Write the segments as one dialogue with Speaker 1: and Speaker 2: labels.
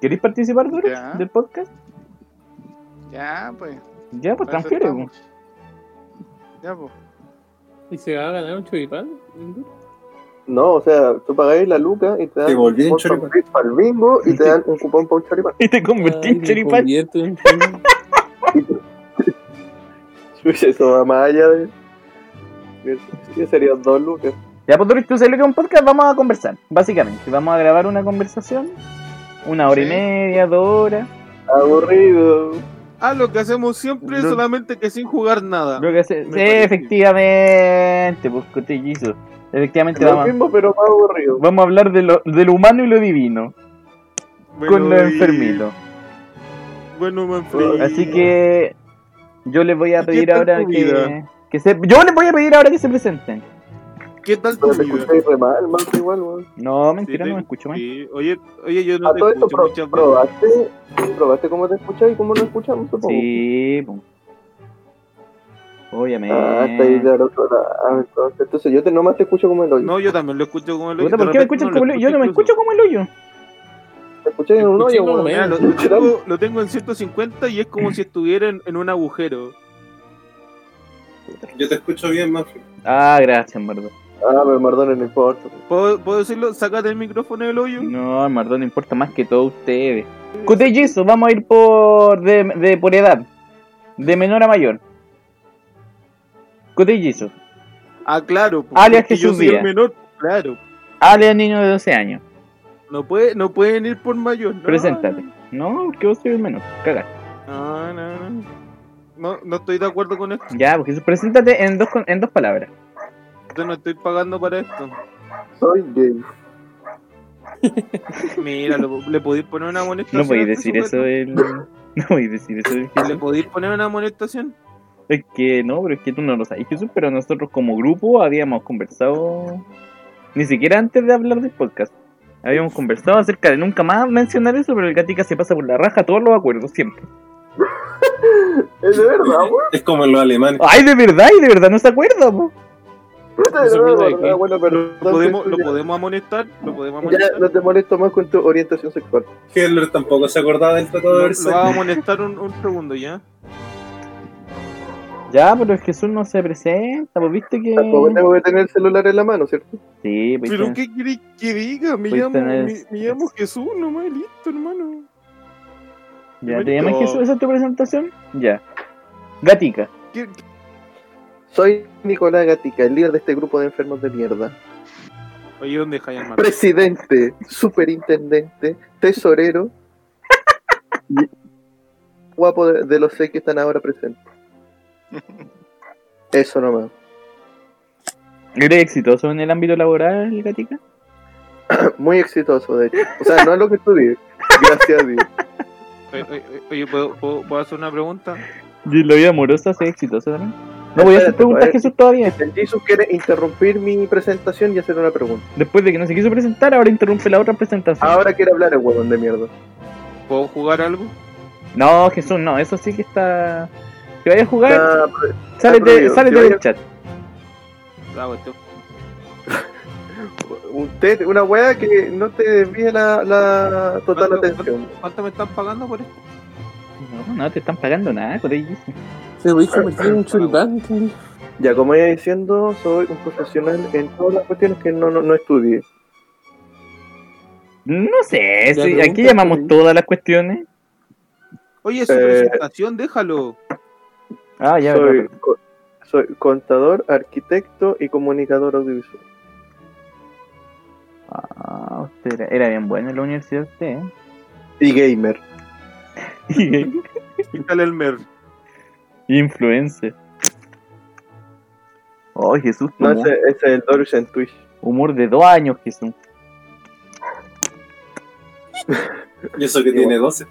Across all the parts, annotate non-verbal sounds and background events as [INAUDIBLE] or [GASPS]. Speaker 1: ¿Queréis participar, Duro,
Speaker 2: Ya.
Speaker 1: del podcast?
Speaker 2: Ya, pues.
Speaker 1: Ya, pues
Speaker 2: para eso
Speaker 1: transfiere.
Speaker 2: estamos. Ya, pues.
Speaker 3: ¿Y se va a ganar un choripán?
Speaker 4: No, o sea, tú pagáis la luca y te dan
Speaker 5: Te volví en
Speaker 4: un cupón
Speaker 5: choripán.
Speaker 4: para el bingo y te dan un cupón para un choripán. [LAUGHS]
Speaker 1: pues. Y te convertí en choripán.
Speaker 4: Chucha, eso va más allá de... Sí, serían dos lucas.
Speaker 1: Ya, pues Duro, tú sabes lo que es un podcast, vamos a conversar, básicamente. Vamos a grabar una conversación, una hora y
Speaker 2: Sí.
Speaker 1: media, dos horas.
Speaker 4: Aburrido.
Speaker 2: Ah, lo que hacemos siempre,
Speaker 1: Lo-
Speaker 2: solamente que sin jugar nada.
Speaker 1: Lo que hace-
Speaker 2: Ah, Me
Speaker 1: Sí,
Speaker 2: parece.
Speaker 1: efectivamente, pues cotillizo. Efectivamente,
Speaker 4: Lo
Speaker 1: vamos,
Speaker 4: mismo, pero más aburrido.
Speaker 1: vamos a hablar de lo, de lo humano y lo divino,
Speaker 2: Bueno,
Speaker 1: con lo
Speaker 2: y-
Speaker 1: enfermito.
Speaker 2: Bueno, Manfred.
Speaker 1: Así que yo les voy a
Speaker 2: ¿Y qué
Speaker 1: pedir
Speaker 2: tal
Speaker 1: ahora
Speaker 2: tu
Speaker 1: que,
Speaker 2: vida?
Speaker 1: que se... Yo les voy a pedir ahora que se presenten.
Speaker 2: ¿Qué tal tu
Speaker 4: Pero te
Speaker 2: vida?
Speaker 4: escucháis re mal, más igual, weón.
Speaker 1: No,
Speaker 2: Sí,
Speaker 1: mentira,
Speaker 2: te-
Speaker 1: no me escucho mal.
Speaker 2: sí. Oye, oye, yo no
Speaker 4: A
Speaker 2: te
Speaker 4: todo esto,
Speaker 2: escucho
Speaker 4: pro-
Speaker 2: muchas veces.
Speaker 4: probaste, probaste cómo te escuchas y cómo no escuchamos, supongo.
Speaker 1: Sí, po. Obviamente.
Speaker 4: Ah, está ahí del otro lado. Ah, Entonces, entonces yo te, nomás te escucho como el hoyo.
Speaker 2: No, yo también lo escucho como el
Speaker 1: Puta, ¿Por qué me escuchan como el hoyo? Yo no me escucho como el hoyo.
Speaker 4: Te escuché en un
Speaker 3: Escuché
Speaker 4: hoyo,
Speaker 3: como
Speaker 4: weón.
Speaker 3: el-
Speaker 2: Mira, lo,
Speaker 1: [LAUGHS]
Speaker 2: lo tengo, lo tengo en 150 y es como si estuviera en, en un agujero.
Speaker 5: Yo te escucho bien, Manfred.
Speaker 1: Ah, gracias, Mardón.
Speaker 4: [LAUGHS] Ah, pero Mardón no importa.
Speaker 2: ¿Puedo, puedo decirlo? Sacate el micrófono del hoyo.
Speaker 1: No, Mardón importa más que todos ustedes. Cotellizo, vamos a ir por de, de- por edad. De menor a mayor. Cotellizo.
Speaker 2: Ah, claro. porque
Speaker 1: Alias
Speaker 2: yo
Speaker 1: Jesús
Speaker 2: soy el
Speaker 1: Díaz.
Speaker 2: menor. Claro.
Speaker 1: Ale niño de 12 años.
Speaker 2: No, puede, no pueden ir por mayor. No,
Speaker 1: Preséntate. No, que vos soy el menor. Caga.
Speaker 2: No, no, no. No, no estoy de acuerdo con esto.
Speaker 1: Ya, porque preséntate en dos, con- en dos palabras.
Speaker 2: Yo no estoy pagando para esto.
Speaker 4: Soy gay.
Speaker 2: Mira, lo- le podéis poner una amonestación.
Speaker 1: No podéis
Speaker 2: a este
Speaker 1: decir eso
Speaker 2: sujeto?
Speaker 1: del. [LAUGHS] No podéis decir eso del
Speaker 2: ¿Le
Speaker 1: Jesús.
Speaker 2: podéis poner una amonestación?
Speaker 1: Es que no, pero es que tú no lo sabes, Jesús, pero nosotros como grupo habíamos conversado, ni siquiera antes de hablar del podcast, habíamos conversado acerca de nunca más mencionar eso, pero el Gatica se pasa por la raja todos los acuerdos, siempre.
Speaker 4: Es de verdad, weón.
Speaker 5: Es como en los alemanes.
Speaker 1: ¡Ay, de verdad! ¡Y de verdad no se acuerda, po!
Speaker 4: Puta, de
Speaker 3: Eso mismo
Speaker 4: verdad,
Speaker 3: de que-
Speaker 4: weón. Bueno, pero.
Speaker 2: ¿Lo podemos, lo podemos amonestar? ¿Lo podemos amonestar?
Speaker 4: Ya no te molesto más con tu orientación sexual.
Speaker 5: Mm. Hitler tampoco se acordaba del tratado de
Speaker 2: Lo, lo
Speaker 5: Versalles.
Speaker 2: va a amonestar un, un segundo ya.
Speaker 1: Ya, pero Jesús no se presenta, pues viste que...
Speaker 4: Tampoco tengo que tener el celular en la mano, ¿cierto?
Speaker 1: Sí, pues,
Speaker 2: ¿Pero qué queréis que diga? Me
Speaker 1: Voy a
Speaker 2: llamo,
Speaker 1: tener-
Speaker 2: me, me llamo Jesús nomás, listo, hermano.
Speaker 1: ya, ¿te llamas
Speaker 2: bonito.
Speaker 1: Jesús? ¿Esa es tu presentación? Ya. Gatica.
Speaker 2: ¿Qué-
Speaker 4: Soy Nicolás Gatica, el líder de este grupo de enfermos de mierda.
Speaker 2: Oye, ¿dónde dejáis el marco?
Speaker 4: presidente, superintendente, tesorero, y guapo de, de los seis que están ahora presentes. Eso nomás.
Speaker 1: ¿Eres exitoso en el ámbito laboral, Gatica?
Speaker 4: Muy exitoso, de hecho. O sea, no es lo que estudié. Gracias a Dios.
Speaker 2: Oye, oye, oye, ¿puedo, puedo, puedo hacer una pregunta?
Speaker 1: ¿Y en la vida amorosa soy exitoso también? No voy a hacer
Speaker 4: Espérate,
Speaker 1: preguntas
Speaker 4: pues.
Speaker 1: Jesús todavía.
Speaker 4: El Jesus quiere interrumpir mi presentación y hacer una pregunta.
Speaker 1: Después de que no se quiso presentar, ahora interrumpe la otra presentación.
Speaker 4: Ahora quiere hablar el huevón de mierda.
Speaker 2: ¿Puedo jugar algo?
Speaker 1: No, Jesús, no, eso sí que está. Si vayas a jugar,
Speaker 4: Está pro-
Speaker 1: sálete,
Speaker 4: prohibido.
Speaker 1: sálete
Speaker 4: Si
Speaker 1: del
Speaker 4: vaya-
Speaker 1: chat.
Speaker 2: Ah, bueno, te-
Speaker 4: usted, una weá que no te desvíe la, la total
Speaker 2: ¿Cuánto-
Speaker 4: atención.
Speaker 2: ¿Cuánto me están pagando por esto?
Speaker 1: No, no te están pagando nada, Cotellizo.
Speaker 3: Se voy a convertir en [LAUGHS] un choripán. ¿entendí?
Speaker 4: Ya, como iba diciendo, soy un profesional en todas las cuestiones que no, no, no estudié.
Speaker 1: No sé,
Speaker 3: Ya
Speaker 1: sí,
Speaker 3: pregunta,
Speaker 1: aquí llamamos
Speaker 3: Cotellizo.
Speaker 1: todas las cuestiones.
Speaker 2: Oye, su
Speaker 4: Eh.
Speaker 2: presentación, déjalo.
Speaker 1: Ah, ya,
Speaker 4: soy,
Speaker 1: verdad.
Speaker 4: co- soy contador, arquitecto y comunicador audiovisual.
Speaker 1: Ah, usted era, era bien bueno en la universidad, usted, ¿eh?
Speaker 4: Y gamer. [LAUGHS]
Speaker 1: Y-
Speaker 2: Quítale el mer.
Speaker 1: [LAUGHS] Influencer. Oh, Jesús, tu
Speaker 4: No,
Speaker 1: humor,
Speaker 4: ese, ese es el Doris en Twitch.
Speaker 1: humor de dos años, Jesús.
Speaker 5: Y eso que tiene 12.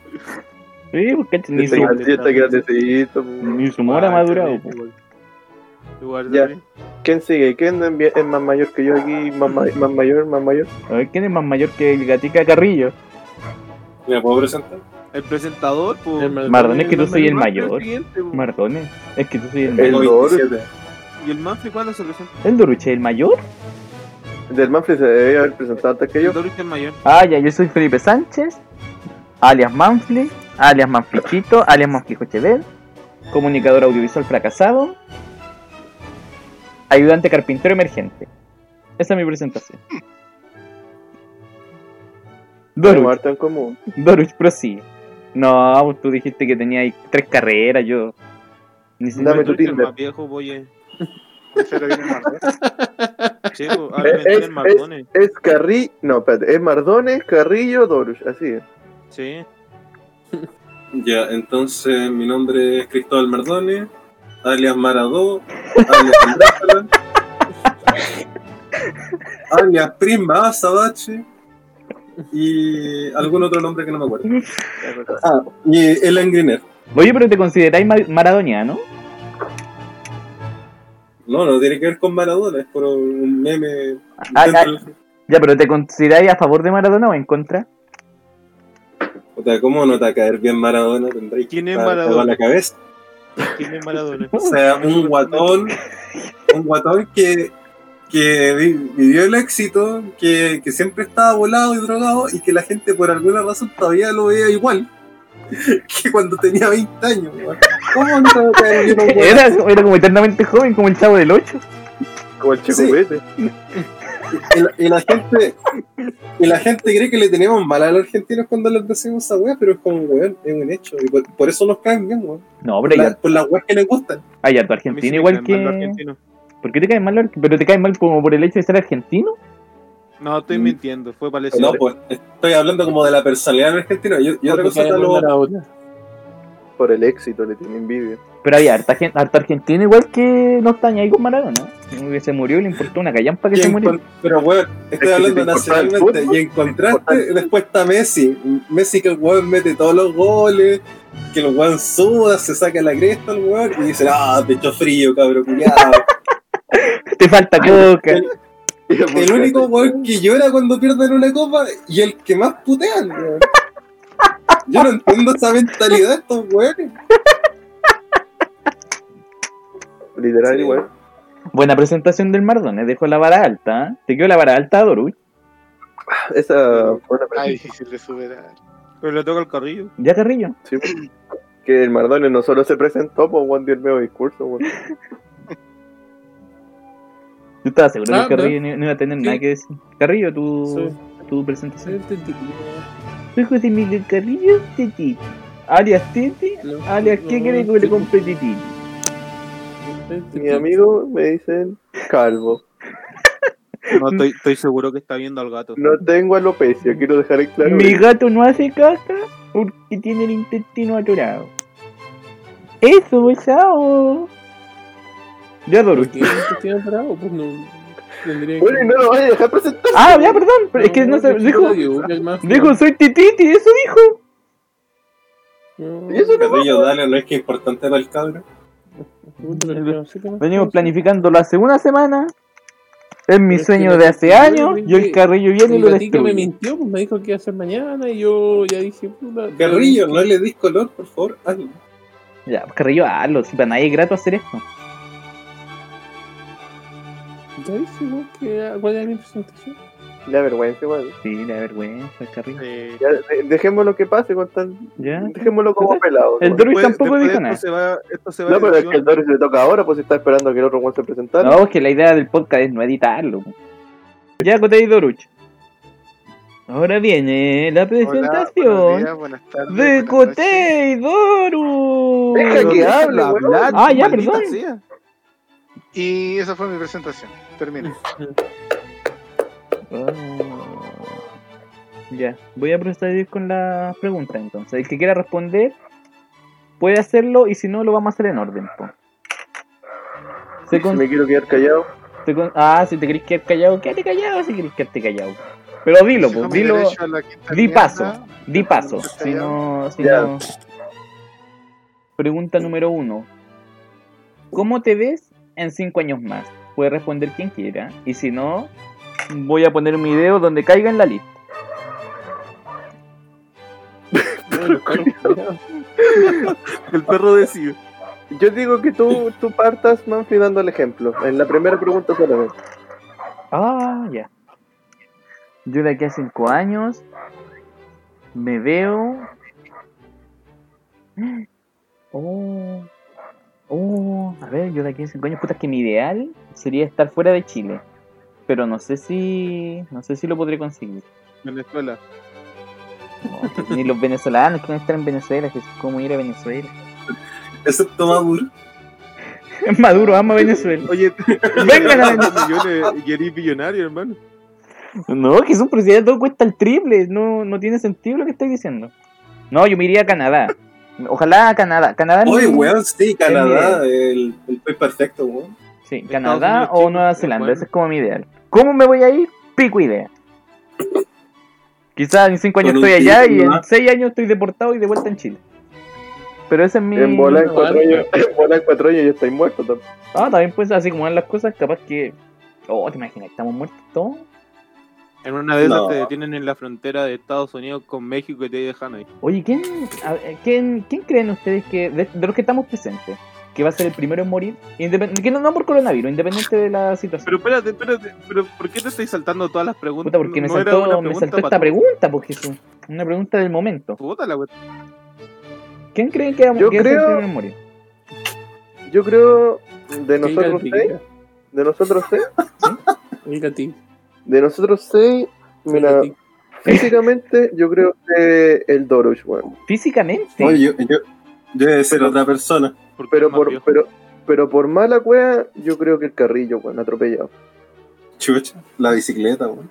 Speaker 1: Sí, porque ni
Speaker 4: Este
Speaker 1: su,
Speaker 2: Igual,
Speaker 4: grandecito,
Speaker 2: igual.
Speaker 4: grandecito, po.
Speaker 1: ni su humor ha madurado. po.
Speaker 2: Ah, Igual,
Speaker 4: Ya.
Speaker 2: dale.
Speaker 4: ¿Quién sigue? ¿Quién es bien- es más mayor que yo aquí? ¿Más, ma- más mayor? ¿Más mayor?
Speaker 1: A ver, ¿quién es más mayor que el Gatica Carrillo?
Speaker 5: ¿Me la puedo presentar?
Speaker 2: El presentador, pues.
Speaker 3: El Mardone,
Speaker 1: Mardón es que tú
Speaker 2: tú
Speaker 1: soy el mayor. Mardones, es que tú soy el
Speaker 4: El
Speaker 1: mayor.
Speaker 4: Doris.
Speaker 2: ¿Y el Manfred cuándo se presenta?
Speaker 1: ¿El Doruche el mayor?
Speaker 4: Del Manfred se debe haber presentado antes que yo.
Speaker 2: El Doris es mayor.
Speaker 1: Ah, ya, yo soy Felipe Sánchez. alias Manfli, alias Manflichito, alias Manflijochever, comunicador audiovisual fracasado, ayudante carpintero emergente. Esa es mi presentación.
Speaker 4: Tenemos
Speaker 1: Doruch,
Speaker 4: harto en común.
Speaker 1: Doruch, prosigue. No, vos tú dijiste que tenía ahí tres carreras, yo... Ni si-
Speaker 4: Dame
Speaker 2: Yo
Speaker 4: tu
Speaker 2: soy el
Speaker 4: Tinder.
Speaker 2: más viejo, oye.
Speaker 6: Pero viene Mardone.
Speaker 1: [LAUGHS]
Speaker 4: [LAUGHS]
Speaker 2: Chico,
Speaker 4: Eh,
Speaker 2: ahora me
Speaker 4: es-
Speaker 2: tienen mardones.
Speaker 4: Es Carrillo, no, espérate, es Mardones, Carrillo, Dorush, así es.
Speaker 2: Sí.
Speaker 5: Ya, entonces mi nombre es Cristóbal Mardones, alias Maradó, alias
Speaker 1: [LAUGHS]
Speaker 5: Andrada, alias Prisma Azabache y algún otro nombre que no
Speaker 1: [LAUGHS]
Speaker 5: me acuerdo. Ah, y el Engriner.
Speaker 1: Oye, pero te consideráis ma- maradoniano.
Speaker 5: No, no tiene que ver con Maradona, es por un meme.
Speaker 1: Ah, ah,
Speaker 5: dentro del-
Speaker 1: ya, pero ¿te consideráis a favor de Maradona o en contra?
Speaker 5: O sea, ¿cómo no te va a caer bien Maradona? Tendréis
Speaker 2: ¿Quién es
Speaker 5: que estar
Speaker 2: Maradona?
Speaker 5: a la cabeza.
Speaker 1: [LAUGHS]
Speaker 2: ¿Quién es Maradona?
Speaker 5: O
Speaker 2: [LAUGHS]
Speaker 5: sea, un guatón, un guatón que, que vi- vivió el éxito, que, que siempre estaba volado y drogado y que la gente por alguna razón todavía lo veía igual [LAUGHS] que cuando tenía 20 años. weón. ¿Cómo no te va a caer bien un weón?
Speaker 1: Era, era como eternamente joven, como el chavo del 8.
Speaker 4: Como el Chico este,
Speaker 5: Sí.
Speaker 4: Pete.
Speaker 5: Y la- y la gente y la gente cree que le tenemos mal a los argentinos cuando les decimos esa weá, pero es como weón, es un hecho. Y por, por eso nos caen bien, weón.
Speaker 1: No, pero
Speaker 5: Por,
Speaker 1: ya,
Speaker 5: la- por las weas que les gustan.
Speaker 1: ya tu
Speaker 2: A mí sí
Speaker 1: argentino
Speaker 2: me
Speaker 1: igual
Speaker 2: caen mal los
Speaker 1: que.
Speaker 2: argentinos.
Speaker 1: ¿Por qué te cae mal? los argentinos? ¿Pero te cae mal como por el hecho de ser argentino?
Speaker 2: No,
Speaker 4: Mm.
Speaker 2: estoy mintiendo. Fue
Speaker 5: No,
Speaker 2: parecido.
Speaker 5: pues estoy hablando como de la personalidad del argentino. Yo, yo otra cosa está lo-
Speaker 4: Por el éxito le tiene envidia.
Speaker 1: Pero había harta, gen- harta argentino igual que no está ni ahí con Maradona. Como Que se murió, le importó una callampa que
Speaker 5: Y
Speaker 1: se
Speaker 5: encon-
Speaker 1: murió.
Speaker 5: Pero, weón, estoy
Speaker 4: Es que
Speaker 5: hablando
Speaker 4: si te importaba el
Speaker 5: nacionalmente.
Speaker 4: fútbol,
Speaker 5: Y en contraste,
Speaker 4: importaba.
Speaker 5: después está Messi. Messi que el weón mete todos los goles, que el weón suda, se saca la cresta el weón y dice, ah, pecho frío, cabrón, culiado.
Speaker 1: Te falta coca.
Speaker 5: El único weón que llora cuando pierden una copa y el que más putean, weón. Yo no entiendo esa mentalidad de estos weones.
Speaker 4: Literal
Speaker 5: Sí.
Speaker 4: igual.
Speaker 1: Buena presentación del Mardones, dejó la vara alta. ¿eh? Te quedó la vara alta, Doruch.
Speaker 4: Esa buena
Speaker 6: Ah,
Speaker 4: pregunta.
Speaker 6: difícil de superar.
Speaker 2: Pero le toca el carrillo.
Speaker 1: Ya Carrillo.
Speaker 4: sí, pues. Que el Mardones no solo se presentó, pues Juan dio el medio discurso, weón.
Speaker 1: Yo estaba seguro
Speaker 3: Ah,
Speaker 1: que Carrillo no no iba a tener
Speaker 3: Sí.
Speaker 1: nada que decir. Carrillo, tu,
Speaker 3: Soy-
Speaker 1: tu presentación.
Speaker 3: soy el tentativo.
Speaker 1: Soy José Miguel Carrillo, Titi. Alias Titi,
Speaker 3: No,
Speaker 1: alias ¿qué
Speaker 3: no,
Speaker 1: crees que le
Speaker 3: sí.
Speaker 1: compré Titi?
Speaker 3: Este
Speaker 4: Mi amigo me dicen calvo.
Speaker 2: No, estoy, estoy seguro que está viendo al gato.
Speaker 4: No tengo alopecia, quiero dejar en claro.
Speaker 1: Mi gato no hace caca porque tiene el intestino atorado. Eso, chao. Ya, Doru.
Speaker 3: ¿Por qué te tiene bravo? Pues no. Tendría
Speaker 4: Bueno, y no lo vaya a dejar presentar.
Speaker 1: Ah, ya, perdón. pero es que no se.
Speaker 3: yo
Speaker 1: Dijo,
Speaker 3: te digo, que el más-
Speaker 1: dijo, soy Tititi, eso dijo.
Speaker 3: No,
Speaker 4: Y eso no
Speaker 5: Carrillo, dale, no es que es importante para el cabrón.
Speaker 3: puta, no, no sé qué más
Speaker 1: Venimos
Speaker 3: cosa.
Speaker 1: planificándolo hace una semana. Es mi
Speaker 3: Pero es
Speaker 1: sueño
Speaker 3: que
Speaker 1: de
Speaker 3: la-
Speaker 1: hace años. Y el carrillo viene y
Speaker 3: El
Speaker 1: lo
Speaker 3: gatito me
Speaker 1: destruye.
Speaker 3: mintió, pues me dijo que iba a ser mañana y yo ya dije, puta.
Speaker 5: Carrillo, no le dis color, por favor, hazlo.
Speaker 1: Ya, carrillo, hazlo. Si para nadie es grato hacer esto.
Speaker 3: Ya dije, vos, que era- cuál era mi presentación.
Speaker 4: La vergüenza, weón.
Speaker 1: Sí, la vergüenza, carrillo.
Speaker 2: Eh,
Speaker 4: Ya, de- dejémoslo que pase con tan.
Speaker 1: Ya.
Speaker 4: Dejémoslo como pelado.
Speaker 1: El
Speaker 4: weón.
Speaker 1: Doris
Speaker 2: después-
Speaker 1: tampoco
Speaker 2: después
Speaker 1: dijo
Speaker 2: esto
Speaker 1: nada.
Speaker 2: Se va, esto se va
Speaker 4: No,
Speaker 2: de
Speaker 4: pero es que el
Speaker 2: edición.
Speaker 4: Doris le toca ahora, pues está esperando que el otro weón se presentara.
Speaker 1: No, es que la idea del podcast es no editarlo. Ya, Cotei Doruch. Ahora viene la
Speaker 6: Hola,
Speaker 1: presentación
Speaker 6: buenos días, buenas tardes.
Speaker 1: de
Speaker 6: buenas noches.
Speaker 1: Cotei Doruch.
Speaker 4: Deja
Speaker 2: Pero
Speaker 4: que
Speaker 2: déjalo
Speaker 4: hable, weón.
Speaker 2: hablar,
Speaker 1: Ah, ya,
Speaker 2: maldita
Speaker 1: perdón.
Speaker 2: sea.
Speaker 6: Y esa fue mi presentación. Terminé.
Speaker 1: Ah. Ya, voy a proceder con la pregunta entonces. El que quiera responder puede hacerlo y si no, lo vamos a hacer en orden. po. Se
Speaker 4: Si
Speaker 1: con-
Speaker 4: me quiero quedar callado.
Speaker 1: se con- Ah, si te querés quedar callado, quédate callado si querés quedarte callado. Pero dilo,
Speaker 6: Fijo
Speaker 1: po,
Speaker 6: mi
Speaker 1: pues, dilo.
Speaker 6: derecho a la quinta
Speaker 1: di
Speaker 6: enmienda.
Speaker 1: paso. Di paso. Si no, si
Speaker 4: Ya.
Speaker 1: no. Pregunta número uno. ¿Cómo te ves en cinco años más? Puede responder quien quiera. Y si no, voy a poner mi video donde caiga en la lista.
Speaker 3: No, los carros, cuidado.
Speaker 2: El perro decide.
Speaker 4: Yo digo que tú, tú partas, Manfred, dando el ejemplo. En la primera pregunta solamente.
Speaker 1: Ah, ya. Yo de aquí a cinco años me veo [GASPS] ver, yo de aquí Oh, a 5 años, puta, que mi ideal sería estar fuera de Chile. Pero no sé si. No sé si lo podré conseguir.
Speaker 4: [LAUGHS]
Speaker 2: Venezuela.
Speaker 1: No, [LAUGHS] ni los venezolanos que van a estar en Venezuela, que es como ir a Venezuela.
Speaker 5: Excepto Maduro.
Speaker 1: [LAUGHS] Maduro [LAUGHS] ama Venezuela.
Speaker 2: Oye, [LAUGHS]
Speaker 1: Vengan a
Speaker 2: a millones y eres billonario, hermano.
Speaker 1: No, Jesús, pero si ya todo cuesta el triple, no, no tiene sentido lo que estoy diciendo. No, yo me iría a Canadá. Ojalá a Canadá. Canadá es
Speaker 5: Oye,
Speaker 1: mi-
Speaker 5: weón, sí, Canadá, el, el país perfecto, weón.
Speaker 1: Sí,
Speaker 2: Estados
Speaker 1: Canadá
Speaker 2: Unidos,
Speaker 1: o
Speaker 2: Chile,
Speaker 1: Nueva
Speaker 2: de
Speaker 1: Zelanda,
Speaker 2: acuerdo.
Speaker 1: ese es como mi ideal. ¿Cómo me voy a ir? Pico idea. Quizás en 5 años
Speaker 5: Con un
Speaker 1: estoy allá y
Speaker 5: título,
Speaker 1: en
Speaker 5: ¿ah?
Speaker 1: 6 años estoy deportado y de vuelta en Chile. Pero ese es mi.
Speaker 4: En bola en
Speaker 3: no,
Speaker 4: cuatro
Speaker 3: vale.
Speaker 4: años, [LAUGHS] en bola en cuatro años ya estáis muerto tampoco.
Speaker 1: Ah, también pues así como van las cosas, capaz que. Oh, te imaginas, estamos muertos todos.
Speaker 2: En una de esas
Speaker 5: No.
Speaker 2: te detienen en la frontera de Estados Unidos con México y te dejan ahí.
Speaker 1: Oye, ¿quién, a ver, ¿quién, quién creen ustedes que, de, de los que estamos presentes, que va a ser el primero en morir? Independ- que no, no por coronavirus, independiente de la situación.
Speaker 2: Pero espérate, espérate, pero ¿por qué te estáis saltando todas las preguntas?
Speaker 1: Puta, porque me
Speaker 2: No era
Speaker 1: saltó,
Speaker 2: una
Speaker 1: me saltó
Speaker 2: para
Speaker 1: esta pregunta, pues Jesús. Una pregunta del momento.
Speaker 2: tu- puta la wea.
Speaker 1: ¿Quién creen que, va-
Speaker 4: Yo
Speaker 1: que va a ser el
Speaker 4: creo-
Speaker 1: primero en morir?
Speaker 4: Yo creo de
Speaker 3: El
Speaker 4: nosotros seis,
Speaker 3: gatito.
Speaker 4: de nosotros seis,
Speaker 3: El gatito.
Speaker 4: de nosotros seis, mira,
Speaker 3: El gatito.
Speaker 4: físicamente yo creo que el Dorush, weón.
Speaker 1: Físicamente.
Speaker 5: Oye, yo, yo, yo debe ser otra persona.
Speaker 2: Porque
Speaker 4: Pero
Speaker 2: es más
Speaker 4: por,
Speaker 2: viejo.
Speaker 4: pero, pero por mala cueva, yo creo que el carrillo, weón, atropellado.
Speaker 5: Chucha, la bicicleta, weón.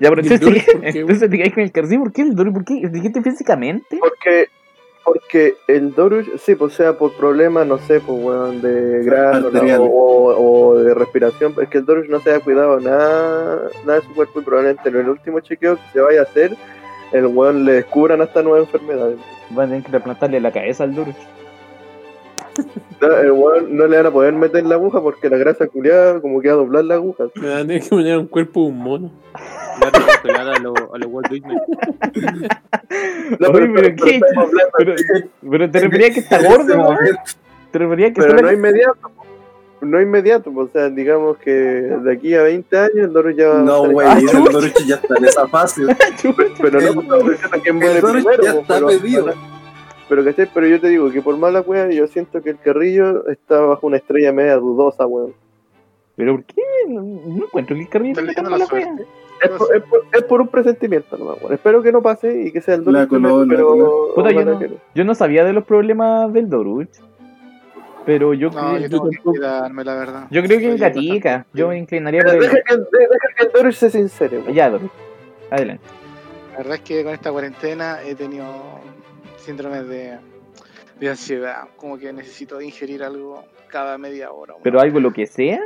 Speaker 1: ya, pero
Speaker 3: ¿Y el
Speaker 1: entonces,
Speaker 3: Doris por qué, güey?
Speaker 1: entonces te caes con el carcillo. ¿Por qué el Doris? ¿Por qué? ¿Dijiste físicamente?
Speaker 4: Porque, porque el Dorush, sí, pues o sea, por problemas, no sé, pues, weón, de grasa
Speaker 5: Arterial.
Speaker 4: o, o- o de respiración, es que el Dorush no se ha cuidado nada, nada de su cuerpo y probablemente en el último chequeo que se vaya a hacer, el weón le descubran hasta nuevas enfermedades.
Speaker 1: Van a tener que replantarle la cabeza al Doris.
Speaker 4: No, el weón no le van a poder meter la aguja porque la grasa culiada como que va a doblar la aguja.
Speaker 3: Me van a tener que poner un cuerpo de un mono.
Speaker 2: Le van a pegar a los a los Walt Disney.
Speaker 4: No,
Speaker 1: Oye, pero
Speaker 4: pero,
Speaker 1: ¿qué?
Speaker 4: estamos hablando-
Speaker 1: Pero, pero te refería que está
Speaker 5: En ese
Speaker 1: gordo, ¿no?
Speaker 5: momento,
Speaker 1: Te refería que
Speaker 4: pero
Speaker 1: solo-
Speaker 4: no inmediato. No inmediato, pues, o sea, digamos que de aquí a 20 años el Dorush ya va a
Speaker 5: No,
Speaker 4: estar-
Speaker 5: güey,
Speaker 1: Ah,
Speaker 5: el
Speaker 1: chucha.
Speaker 5: Doruchi ya está en
Speaker 1: [LAUGHS]
Speaker 5: esa fase.
Speaker 4: Pero no, no, no, no, que muere
Speaker 5: El Doruchi
Speaker 4: primero,
Speaker 5: ya
Speaker 4: po,
Speaker 5: está
Speaker 4: pero-
Speaker 5: pedido.
Speaker 4: Pero ¿cachai? Pero yo te digo que por mala wea, yo siento que el carrillo está bajo una estrella media dudosa, weón.
Speaker 1: ¿Pero por qué? No- No encuentro que el carrillo
Speaker 6: Están
Speaker 1: esté
Speaker 6: leyendo
Speaker 1: tan
Speaker 6: la
Speaker 1: mala wea.
Speaker 6: suerte.
Speaker 4: Es por, es por- es por un presentimiento nomás, weón. Espero que no pase y que sea el
Speaker 5: La
Speaker 4: Doruch
Speaker 5: coló,
Speaker 4: primero,
Speaker 5: la
Speaker 4: pero
Speaker 5: coló.
Speaker 1: Puta, yo
Speaker 4: ojalá
Speaker 1: no.
Speaker 4: que no.
Speaker 1: Yo no sabía de los problemas del Doruch. Pero yo,
Speaker 6: No,
Speaker 1: creo-
Speaker 6: yo
Speaker 1: yo,
Speaker 6: tengo que cuidarme, la verdad.
Speaker 1: creo que el
Speaker 6: Soy bastante-
Speaker 1: Gatica. Yo me inclinaría por
Speaker 4: Deja
Speaker 1: el.
Speaker 4: que, deja que el Doruch se sincere, weón.
Speaker 1: Ya, Doruch. Adelante.
Speaker 6: La verdad es que con esta cuarentena he tenido síndromes de, de ansiedad, como que necesito ingerir algo cada media hora.
Speaker 1: Pero algo lo que sea.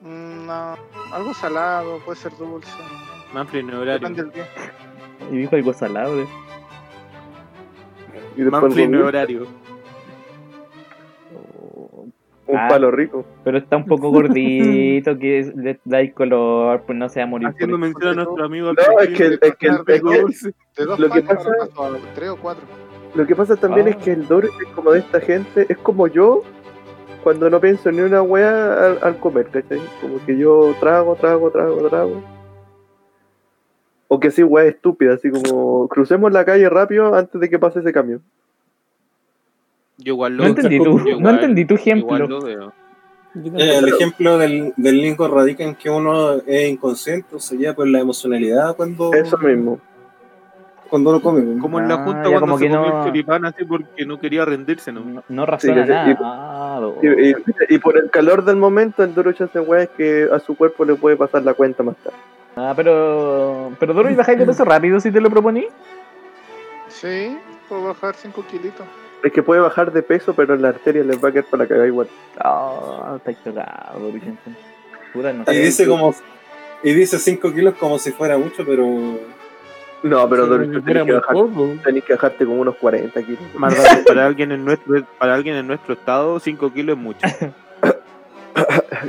Speaker 6: Mm, no, algo salado, puede ser dulce.
Speaker 2: Manfred
Speaker 6: Depende
Speaker 2: Neurario.
Speaker 6: del día.
Speaker 1: Y dijo algo salado. eh.
Speaker 4: Y después
Speaker 2: Manfred
Speaker 4: un,
Speaker 2: Neurario.
Speaker 1: Oh,
Speaker 4: un
Speaker 1: Ah.
Speaker 4: palo rico.
Speaker 1: Pero está un
Speaker 2: [LAUGHS]
Speaker 1: poco gordito, que es- le da el color, pues no se va a morir. por
Speaker 2: Haciendo
Speaker 1: eso.
Speaker 2: mención a nuestro amigo. al
Speaker 4: No, es que, el- es que el- es que-
Speaker 2: dulce.
Speaker 6: De dos
Speaker 4: Lo que
Speaker 6: panes ahora
Speaker 4: pasa-
Speaker 6: paso a tres o cuatro.
Speaker 4: lo que pasa también
Speaker 1: Ah.
Speaker 4: es que el Doruch es como de esta gente, es como yo cuando no pienso ni una wea al, al comer, ¿cachai? Como que yo trago, trago, trago, trago. O que sí, wea estúpida, así como crucemos la calle rápido antes de que pase ese camión.
Speaker 2: Yo igual lo
Speaker 1: No entendí,
Speaker 2: yo
Speaker 1: tu, no
Speaker 2: igual-
Speaker 1: entendí tu
Speaker 2: Igual
Speaker 1: ejemplo.
Speaker 2: lo veo.
Speaker 3: Yo tampoco.
Speaker 5: Eh, El ejemplo del, del Lincoln radica en que uno es inconsciente, o sea, ya por la emocionalidad cuando,
Speaker 4: Eso mismo.
Speaker 5: cuando uno come. weón.
Speaker 2: Como en
Speaker 1: Ah,
Speaker 2: la junta
Speaker 1: ya como
Speaker 2: cuando se
Speaker 1: que
Speaker 2: comió
Speaker 1: no-
Speaker 2: el choripán así porque no quería
Speaker 1: [LAUGHS]
Speaker 2: rendirse, ¿no?
Speaker 1: No, no razona
Speaker 4: Sí, yo sé, y-
Speaker 1: nada. Doruch.
Speaker 4: Y, y- y por el calor del momento, el Doruch hace weas que a su cuerpo le puede pasar la cuenta más tarde.
Speaker 1: Ah, pero. Pero Doruch, bajáis de peso rápido si te lo proponí.
Speaker 6: Sí, puedo bajar cinco kilitos.
Speaker 4: Es que puede bajar de peso, pero la arteria les va a caer para la cagada igual.
Speaker 1: Ah, está chocado, Doruch. entonces. Puta, no
Speaker 5: Y
Speaker 1: sé.
Speaker 5: dice como. Y dice 5 kilos como si fuera mucho, pero.
Speaker 4: No, pero
Speaker 3: Si
Speaker 4: Doruch, tú
Speaker 3: fuera
Speaker 4: tenés que,
Speaker 3: muy
Speaker 4: bajar-
Speaker 3: poco.
Speaker 4: tenés que bajarte como unos 40 kilos.
Speaker 2: Más vale, [LAUGHS] para alguien en nuestro para alguien en nuestro estado 5 kilos es
Speaker 1: [LAUGHS]
Speaker 2: mucho.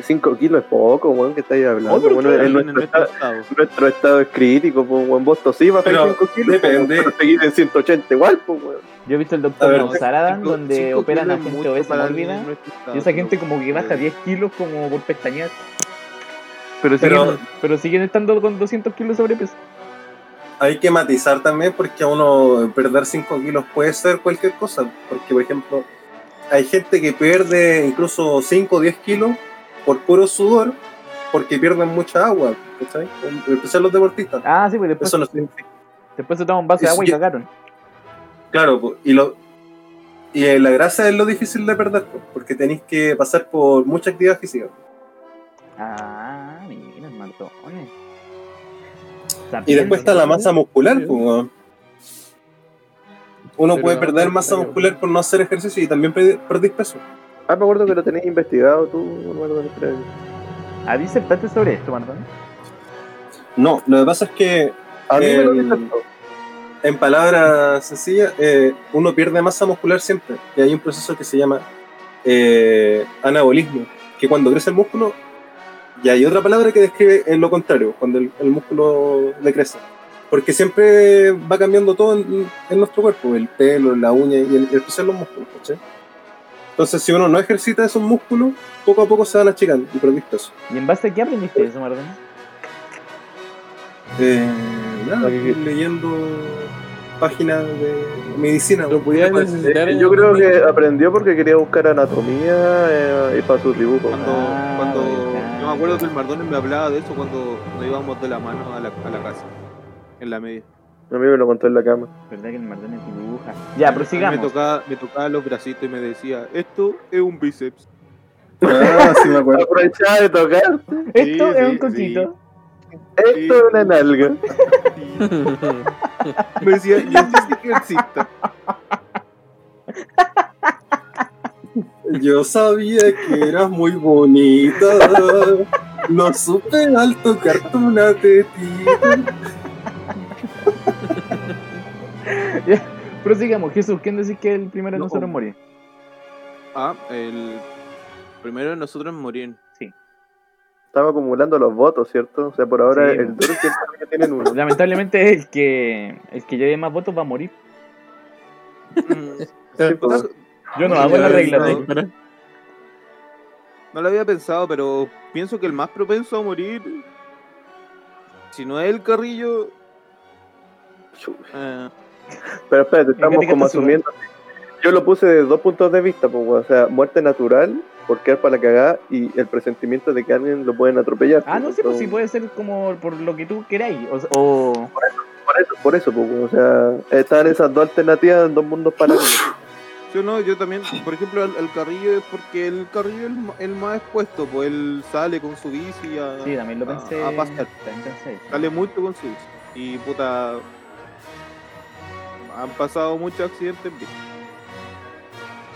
Speaker 4: 5 kilos es poco, weón, que estáis hablando.
Speaker 1: Oh, pero
Speaker 4: Bueno,
Speaker 2: Para
Speaker 4: en
Speaker 2: alguien en
Speaker 4: nuestro,
Speaker 2: nuestro
Speaker 4: estado,
Speaker 2: estado.
Speaker 4: nuestro estado es crítico, pues, weón. Vos tosí bajáis
Speaker 5: Pero
Speaker 4: 5 kilos,
Speaker 5: depende.
Speaker 4: pero seguís en 180 igual, pues, weón.
Speaker 1: Yo he visto el
Speaker 5: A
Speaker 1: doctor
Speaker 5: ver,
Speaker 1: Nosaradan,
Speaker 2: Cinco-
Speaker 1: donde
Speaker 2: cinco
Speaker 1: operan a
Speaker 2: kilos es
Speaker 1: gente
Speaker 2: mucho
Speaker 1: obesa
Speaker 2: para alguien
Speaker 1: mórbida.
Speaker 2: en nuestro estado,
Speaker 1: Y esa
Speaker 2: pero-
Speaker 1: gente como que baja
Speaker 2: eh,
Speaker 1: 10 kilos como por pestañear. Pero siguen,
Speaker 5: Pero-
Speaker 1: pero, siguen estando con 200 kilos de sobrepeso.
Speaker 5: Hay que matizar también porque a uno perder 5 kilos puede ser cualquier cosa. Porque, por ejemplo, hay gente que pierde incluso 5 o 10 kilos por puro sudor porque pierden mucha agua, ¿cachai? En- En especial los deportistas.
Speaker 1: Ah, sí, pues después,
Speaker 5: Eso no significa.
Speaker 1: después se toma un vaso de
Speaker 5: Eso
Speaker 1: agua y
Speaker 5: yo-
Speaker 1: cagaron.
Speaker 5: Claro, po, y lo y eh, la grasa es lo difícil de perder, po, porque tenéis que pasar por mucha actividad física.
Speaker 1: Ah, mira, maratones.
Speaker 5: Y después está la masa muscular, po, weón. Uno
Speaker 3: Pero
Speaker 5: puede
Speaker 3: la
Speaker 5: perder
Speaker 3: otra-
Speaker 5: masa muscular por no hacer ejercicio y también perdi- perdís peso.
Speaker 4: Ah, me acuerdo que lo tenéis investigado tú, no me acuerdo que era.
Speaker 1: ¿Ah, disertaste sobre esto, Martón?
Speaker 5: No, lo que pasa es que
Speaker 4: A mí me lo
Speaker 5: Eh,
Speaker 4: disertó.
Speaker 5: En palabras sencillas, eh, uno pierde masa muscular siempre. Y hay un proceso que se llama eh, anabolismo, que cuando crece el músculo, y hay otra palabra que describe en lo contrario, cuando el, el músculo decrece. Porque siempre va cambiando todo en, en nuestro cuerpo, el pelo, la uña y el, en especial los músculos. ¿cachai? Entonces, si uno no ejercita esos músculos, poco a poco se van achicando y perdís peso.
Speaker 1: ¿Y en base a qué aprendiste eso, Martón?
Speaker 5: Eh, nada, leyendo páginas de medicina.
Speaker 3: Lo podía
Speaker 5: Pues,
Speaker 3: necesitar.
Speaker 4: Yo creo que aprendió porque quería buscar anatomía eh, y para sus dibujos.
Speaker 2: Cuando,
Speaker 1: Ah,
Speaker 2: cuando
Speaker 1: verdad.
Speaker 2: yo me acuerdo que el Mardones me hablaba de eso cuando nos íbamos de la mano a la, a la casa, en la media.
Speaker 4: A mí me lo contó en la cama.
Speaker 1: ¿Verdad que el Martón es dibuja? Ya,
Speaker 2: Me
Speaker 1: prosigamos.
Speaker 2: tocaba, me tocaba los bracitos y me decía, esto es un bíceps.
Speaker 5: Ah, [LAUGHS] sí me acuerdo.
Speaker 4: Aprovechaba de tocar.
Speaker 1: Esto
Speaker 2: Sí,
Speaker 1: es
Speaker 2: sí,
Speaker 1: un coquito.
Speaker 4: Esto es una nalga.
Speaker 2: Y [LAUGHS] me decía, y este sí que existe.
Speaker 5: Yo sabía que eras muy bonita. Lo supe al tocarte una [LAUGHS] tetita.
Speaker 1: Prosigamos, Jesús, ¿quién decís que el primero de
Speaker 2: No.
Speaker 1: nosotros murió?
Speaker 2: Ah, el primero de nosotros en morir.
Speaker 4: Estaba acumulando los votos, ¿cierto? O sea, por ahora
Speaker 1: Sí.
Speaker 4: el duro que sabe que tienen uno.
Speaker 1: Lamentablemente el que el que lleve más votos va a morir.
Speaker 4: Sí, pues.
Speaker 1: Yo no
Speaker 2: Sí,
Speaker 1: hago la
Speaker 2: yo
Speaker 1: regla.
Speaker 2: no.
Speaker 1: ¿no?
Speaker 2: No lo había pensado, pero pienso que el más propenso a morir, si no es el carrillo, eh,
Speaker 4: Pero espérate, estamos
Speaker 1: Fíjate que
Speaker 4: como
Speaker 1: esto es
Speaker 4: asumiendo. Yo lo puse desde dos puntos de vista, pues, weón. o sea, muerte natural, por quedar para la cagada, y el presentimiento de que alguien lo pueden atropellar.
Speaker 1: Ah, no, sí, pues sí
Speaker 4: puede.
Speaker 1: puede ser como por lo que tú queráis. O, sea, o-
Speaker 4: Por eso, por eso, pues, weón. o sea, están esas dos alternativas en dos mundos paralelos.
Speaker 1: [LAUGHS]
Speaker 2: yo no, yo también, por ejemplo, el, el carrillo es porque el carrillo es el, ma- el más expuesto, pues él sale con su bici a,
Speaker 1: sí, también lo
Speaker 2: Ah,
Speaker 1: pensé.
Speaker 2: ah, Pascal.
Speaker 1: También pensé eso.
Speaker 2: sale mucho con su bici. Y puta, han pasado muchos accidentes. en bici.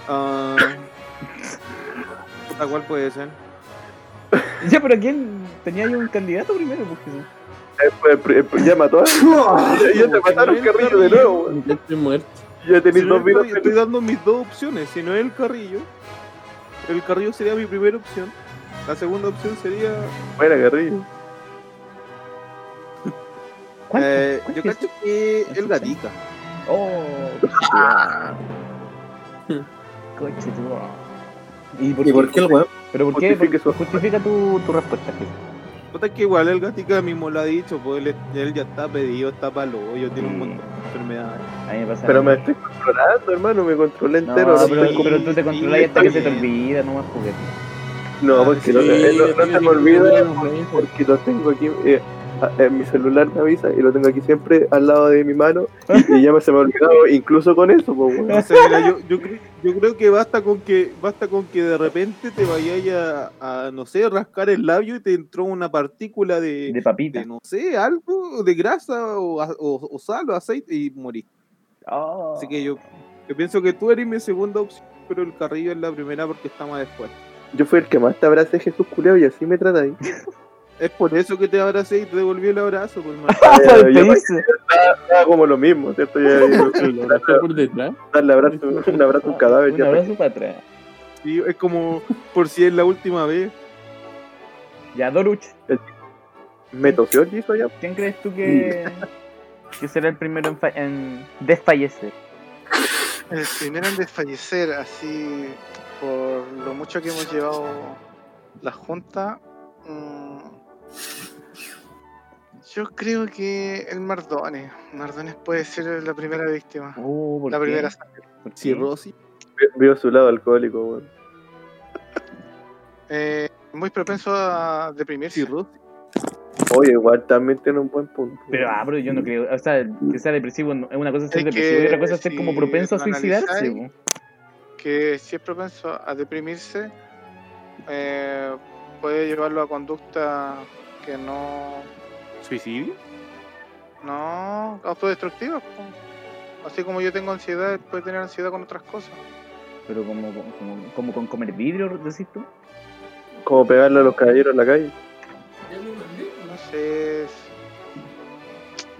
Speaker 2: Ah, puta, ¿Cuál puede ser?
Speaker 1: Ya, pero ¿quién tenía ahí un candidato primero? Pues, Jesús?
Speaker 4: Eh, pues, pri- eh, ya mató a y [LAUGHS] ya te mataron carrillo de nuevo, weón.
Speaker 3: Estoy muerto.
Speaker 4: Ya
Speaker 2: Si
Speaker 4: tenéis
Speaker 2: no
Speaker 4: dos
Speaker 2: es el
Speaker 4: vidas.
Speaker 2: Carrillo, estoy dando mis dos opciones. Si no es el carrillo, el carrillo sería mi primera opción. La segunda opción sería.
Speaker 4: Buena, Carrillo.
Speaker 1: ¿Cuál?
Speaker 2: eh,
Speaker 1: ¿Cuál
Speaker 2: yo
Speaker 1: es?
Speaker 2: cacho que el gatica.
Speaker 1: Oh, coche tú. ¿Y por
Speaker 5: ¿Y por qué el weón?
Speaker 1: ¿Pero por qué?
Speaker 4: Justifique su-
Speaker 1: Justifica tu, tu respuesta. Jesús.
Speaker 2: Puta que igual el gatica mismo lo ha dicho, pues él, él ya está pedido, está para los hoyos, tiene un
Speaker 1: Mm.
Speaker 2: montón de enfermedades.
Speaker 1: A mí me pasa.
Speaker 4: Pero me estoy controlando, hermano, me controlé
Speaker 1: No,
Speaker 4: entero. No,
Speaker 1: pero,
Speaker 4: estoy
Speaker 2: sí.
Speaker 4: como-
Speaker 1: pero tú te controlas
Speaker 2: sí,
Speaker 1: hasta que se te
Speaker 2: también.
Speaker 1: olvida, no más juguetes.
Speaker 4: no, porque no, eh, no- no se me olvida porque lo tengo aquí. eh, a- en mi celular me avisa y lo tengo aquí siempre al lado de mi mano. Y, y ya me se me ha olvidado, incluso con eso, pues, weón.
Speaker 2: No sé, mira, yo, yo, cre- yo creo que basta con que basta con que de repente te vayáis a, a, no sé, rascar el labio y te entró una partícula de,
Speaker 1: De papita.
Speaker 2: de, no sé, algo de grasa o, a- o- o sal o aceite y moriste.
Speaker 1: Oh.
Speaker 2: Así que yo, yo pienso que tú eres mi segunda opción, pero el carrillo es la primera porque está más después.
Speaker 4: Yo fui el que más te abracé, Jesús culeado, y así
Speaker 1: [LAUGHS]
Speaker 4: me tratáis.
Speaker 2: Es por eso que te abracé y te devolví el abrazo, pues, hermano.
Speaker 4: Eh,
Speaker 1: Para
Speaker 4: yo me
Speaker 1: despedirse.
Speaker 4: quedaba como lo mismo, ¿cierto? Ya, yo-
Speaker 3: Lo abrazó por detrás.
Speaker 4: darle abrazo, un abrazo a un cadáver.
Speaker 1: Un
Speaker 4: ya
Speaker 1: abrazo para atrás.
Speaker 2: Sí, es como por si es la última vez.
Speaker 1: Ya, Doruch,
Speaker 4: Me tosió el guiso ya.
Speaker 1: ¿quién crees tú que, que será el primero en, fa- en desfallecer?
Speaker 6: El primero en desfallecer, así por lo mucho que hemos llevado la junta. mm, yo creo que el Mardones. Mardones puede ser la primera víctima.
Speaker 1: Oh, ¿por
Speaker 6: La
Speaker 1: qué?
Speaker 6: primera sangre.
Speaker 1: ¿Por qué?
Speaker 2: Si Rosy
Speaker 4: Veo- Veo su lado alcohólico, weón.
Speaker 6: Eh, muy propenso a deprimirse.
Speaker 4: Oye, igual también tiene un buen punto.
Speaker 1: Pero, ah, bro, yo no creo. O sea, que sea depresivo no- es una cosa ser
Speaker 6: Es
Speaker 1: depresivo y
Speaker 6: que
Speaker 1: otra cosa ser
Speaker 6: si
Speaker 1: como propenso a
Speaker 6: lo
Speaker 1: suicidarse.
Speaker 6: analizáis-
Speaker 1: bo.
Speaker 6: que si es propenso a deprimirse, eh, puede llevarlo a conductas que no,
Speaker 4: [LAUGHS]
Speaker 2: ¿Suicidio?
Speaker 6: no autodestructivas. po. Así como yo tengo ansiedad, puede tener ansiedad con otras cosas.
Speaker 1: Pero como, como, como con comer vidrio, decís tú.
Speaker 4: Como pegarle a los caballeros en la calle.
Speaker 6: No sé, es-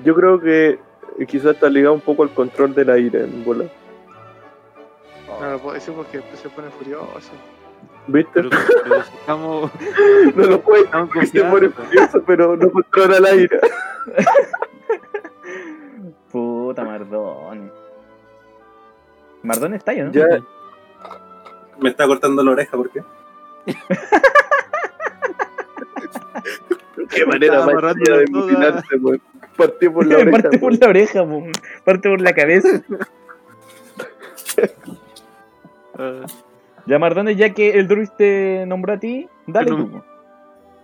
Speaker 4: Yo creo que eh, quizás está ligado un poco al control del aire en bola.
Speaker 6: no lo puedo decir pues, porque después se pone furioso.
Speaker 4: ¿Viste?
Speaker 2: Pero, pero si estamos,
Speaker 4: [LAUGHS] no lo
Speaker 2: [LAUGHS]
Speaker 4: puede
Speaker 2: estamos
Speaker 4: que se pone
Speaker 2: confiados.
Speaker 4: furioso, pero no controla el aire.
Speaker 1: Puta, Mardón. Mardón está yo, ¿no?
Speaker 4: [LAUGHS] Ya,
Speaker 5: Me está cortando la oreja, ¿por qué?
Speaker 4: qué manera
Speaker 2: Estaba
Speaker 4: más
Speaker 2: amarrando
Speaker 4: chida de
Speaker 2: las dudas.
Speaker 4: mutilarse, weón.
Speaker 1: [LAUGHS]
Speaker 4: Partió por la oreja.
Speaker 1: parte por
Speaker 4: weón.
Speaker 1: la oreja, bo. parte por la cabeza.
Speaker 2: Ah,
Speaker 1: Ya, Mardón, ya que el druid te nombró a ti, dale.
Speaker 2: Pero-
Speaker 1: tú, bo.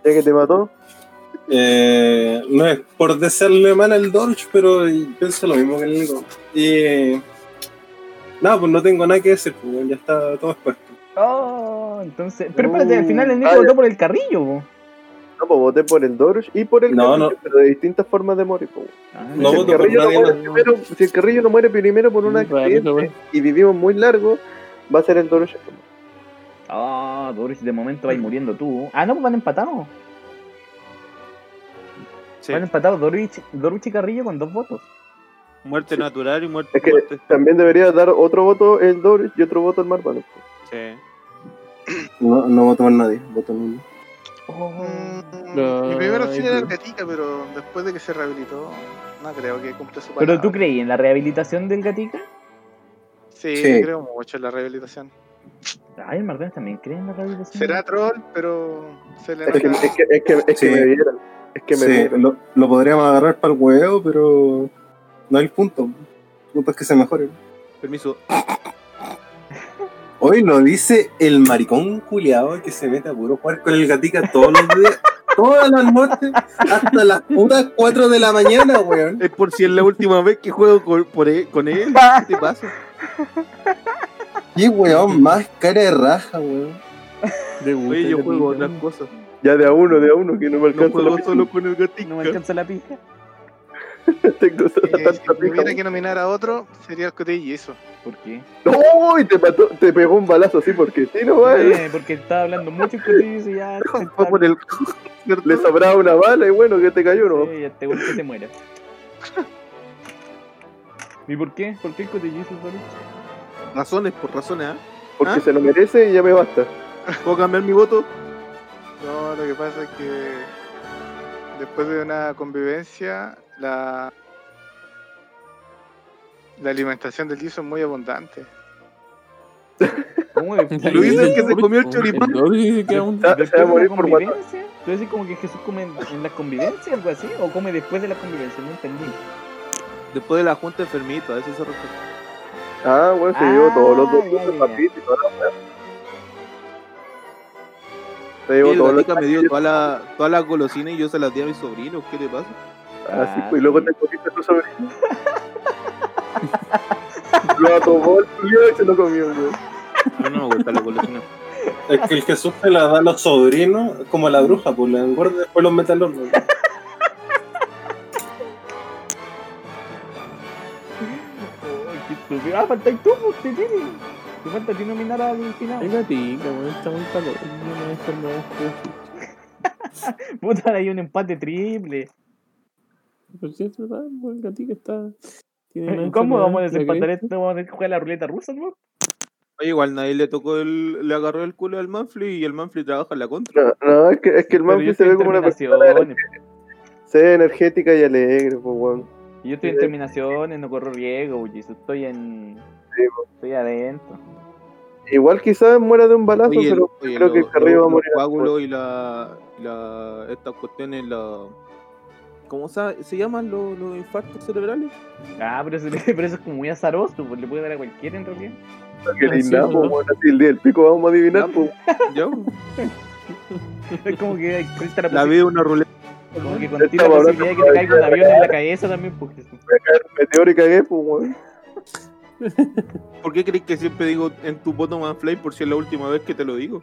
Speaker 4: Ya que te mató,
Speaker 5: Eh, no es por desearle mal al Dorch, pero pienso lo mismo que el Nico. Y. Nada, pues no tengo nada que decir, pues, bueno, ya está todo expuesto.
Speaker 1: Oh, entonces. Pero espérate, al final el Nico
Speaker 4: vale.
Speaker 1: votó por el carrillo, bo.
Speaker 4: no, pues voté por el Dorush y por el
Speaker 5: No,
Speaker 4: Carrillo,
Speaker 5: no.
Speaker 4: pero de distintas formas de morir. Pues.
Speaker 1: Ah,
Speaker 5: No
Speaker 4: si,
Speaker 1: ya.
Speaker 4: el
Speaker 5: voto por
Speaker 4: Carrillo no
Speaker 5: nadie
Speaker 4: muere
Speaker 5: más.
Speaker 4: primero, si el Carrillo no muere primero por una
Speaker 3: Raro, weón.
Speaker 4: y vivimos muy largo, va a ser el Dorush.
Speaker 1: Ah, Doris, de momento vais muriendo tú. Ah, no, pues van empatados.
Speaker 2: sí,
Speaker 1: Van empatados Doruch, Doruch y Carrillo con dos votos.
Speaker 2: muerte natural y muerte
Speaker 4: Es que
Speaker 2: muerte.
Speaker 4: también debería dar otro voto el Dorush y otro voto el Marvano.
Speaker 2: Sí.
Speaker 5: No, no voto por nadie, voto en uno.
Speaker 1: Oh.
Speaker 6: Mm,
Speaker 3: No,
Speaker 6: Mi primera opción era
Speaker 3: no.
Speaker 6: Gatica, pero después de que se rehabilitó, no creo que cumpla su palabra.
Speaker 1: Pero tú creí en la rehabilitación del Gatica?
Speaker 6: Sí,
Speaker 5: Sí.
Speaker 6: creo mucho en la rehabilitación.
Speaker 1: Ay, el Martínez también cree en la rehabilitación.
Speaker 6: Será troll, pero se le
Speaker 4: Es que,
Speaker 6: nota.
Speaker 4: es que, es que, es que
Speaker 5: Sí.
Speaker 4: me vieron. Es que me
Speaker 5: Sí,
Speaker 4: vieron.
Speaker 5: lo, lo podríamos agarrar para el huevo, pero. No hay punto. El punto es que se mejore.
Speaker 2: Permiso.
Speaker 5: Hoy lo dice el maricón culiado que se mete a puro jugar con el gatica todos los días, [LAUGHS] todas las noches, hasta las putas 4 de la mañana, weón.
Speaker 2: Es Eh, por si es la última vez que juego con, por él-
Speaker 4: [LAUGHS]
Speaker 2: con él. ¿Qué te pasa?
Speaker 5: Qué weón más cara de raja, weón.
Speaker 3: De
Speaker 2: Oye, yo juego otras
Speaker 3: weón.
Speaker 2: cosas.
Speaker 4: Ya de a uno, de a uno, que no me
Speaker 2: No
Speaker 4: alcanza
Speaker 2: juego
Speaker 4: la
Speaker 2: solo con el
Speaker 1: No
Speaker 2: gatito.
Speaker 1: me alcanza la pija.
Speaker 4: tengo
Speaker 6: Eh,
Speaker 4: tanta
Speaker 6: si
Speaker 4: pica.
Speaker 6: tuviera que nominar a otro, sería el Cotillo y eso.
Speaker 1: ¿Por qué?
Speaker 4: ¡No! Y te, mató, te pegó un balazo así porque sí, no vale.
Speaker 1: Eh, porque estaba hablando mucho con y dice,
Speaker 4: [LAUGHS]
Speaker 1: ya.
Speaker 2: Fue por el. ¿cierto?
Speaker 4: Le sobraba una bala y bueno, que te cayó, ¿no?
Speaker 1: Sí, ya te gusta que se muera. [LAUGHS] ¿Y por qué? ¿Por qué el cotillizo, Doruch?
Speaker 2: Razones, por razones, ¿ah?
Speaker 4: Porque
Speaker 2: ¿Ah?
Speaker 4: se lo merece y ya me basta.
Speaker 2: ¿Puedo cambiar mi voto?
Speaker 6: No, lo que pasa es que después de una convivencia, la, la alimentación del guiso es muy abundante.
Speaker 1: ¿Cómo es?
Speaker 2: Luis es el que se comió el
Speaker 3: El
Speaker 2: choripán.
Speaker 3: Dorush dice que es un-
Speaker 4: Se- Se va a morir por guatón.
Speaker 1: convivencia? ¿Tú decís como que Jesús come en, en la convivencia algo así? ¿O come después de la convivencia? No entendí.
Speaker 2: Después de la junta enfermito, a eso se refiere.
Speaker 4: Ah, bueno, se
Speaker 1: Ah,
Speaker 4: llevó todos los
Speaker 1: ya,
Speaker 4: dos de
Speaker 1: ya,
Speaker 4: papito y toda la weá. Se
Speaker 2: Y
Speaker 4: llevó
Speaker 2: el
Speaker 4: todos los
Speaker 2: gatica me dio todas las toda la golosinas y yo se las di a mis sobrinos. ¿Qué te pasa?
Speaker 4: Así
Speaker 1: Ah,
Speaker 4: pues, y luego te comiste a tu sobrino. lo tomó el tuyo y se lo comió, weón.
Speaker 2: A mí no me gustan las golosinas.
Speaker 5: Es que el Jesús se la da a los sobrinos como a la bruja, pues la engorda y después los mete al horno.
Speaker 1: Ay, qué estúpido. Ah, falta el tú, pues, te tiene. Te falta a ti nominar al
Speaker 3: Hay
Speaker 1: final.
Speaker 3: gatica, weón. Está muy calor. Es una enfermedad que-
Speaker 1: Puta, hay un empate triple.
Speaker 3: Pero si es verdad, weón, el gatica está. tiene una
Speaker 1: ¿Cómo vamos a
Speaker 3: enfermedad, la
Speaker 1: desempatar
Speaker 3: cresta.
Speaker 1: esto? ¿Vamos a tener que jugar a la ruleta rusa, no?
Speaker 2: Oye, igual nadie le tocó el. Le agarró el culo al Manfly y el Manfly trabaja en la contra.
Speaker 4: No, no, es que, es que
Speaker 1: Pero
Speaker 4: el
Speaker 1: yo
Speaker 4: Manfred se
Speaker 1: estoy
Speaker 4: ve
Speaker 1: en
Speaker 4: como una persona
Speaker 1: terminaciones.
Speaker 4: se ve energética y alegre, pues, weón.
Speaker 1: Yo estoy en terminaciones, no corro riesgo, bullis. Estoy en.
Speaker 4: Sí,
Speaker 1: Estoy adentro.
Speaker 4: Igual quizás muera de un balazo,
Speaker 2: Oye, el-
Speaker 4: pero
Speaker 2: oye,
Speaker 4: creo que
Speaker 2: lo-
Speaker 4: Carrillo va a
Speaker 2: los
Speaker 4: morir.
Speaker 2: coágulos y la, y la- estas cuestiones, la, ¿Cómo sa- se llaman los, los infartos cerebrales?
Speaker 1: Ah, pero eso, [LAUGHS] pero eso es como muy azaroso, pues le puede dar a cualquiera en realidad.
Speaker 4: Que ni nada,
Speaker 3: Haciendo-
Speaker 4: pues, bueno, así el día del pico vamos a adivinar, pues.
Speaker 2: ¿Ya?
Speaker 4: [LAUGHS]
Speaker 1: Es como que hay cuenta la,
Speaker 2: La
Speaker 1: posi-
Speaker 2: vida es una ruleta.
Speaker 1: como que contiene la
Speaker 4: Estamos
Speaker 1: posibilidad de que te
Speaker 4: hablando
Speaker 1: caiga un avión en la cabeza también, pues, porque
Speaker 2: [LAUGHS]
Speaker 4: Meteor y cagué, pues, weón.
Speaker 2: ¿Por qué crees que siempre digo en tu bottom and flame por si es la última vez que te lo digo?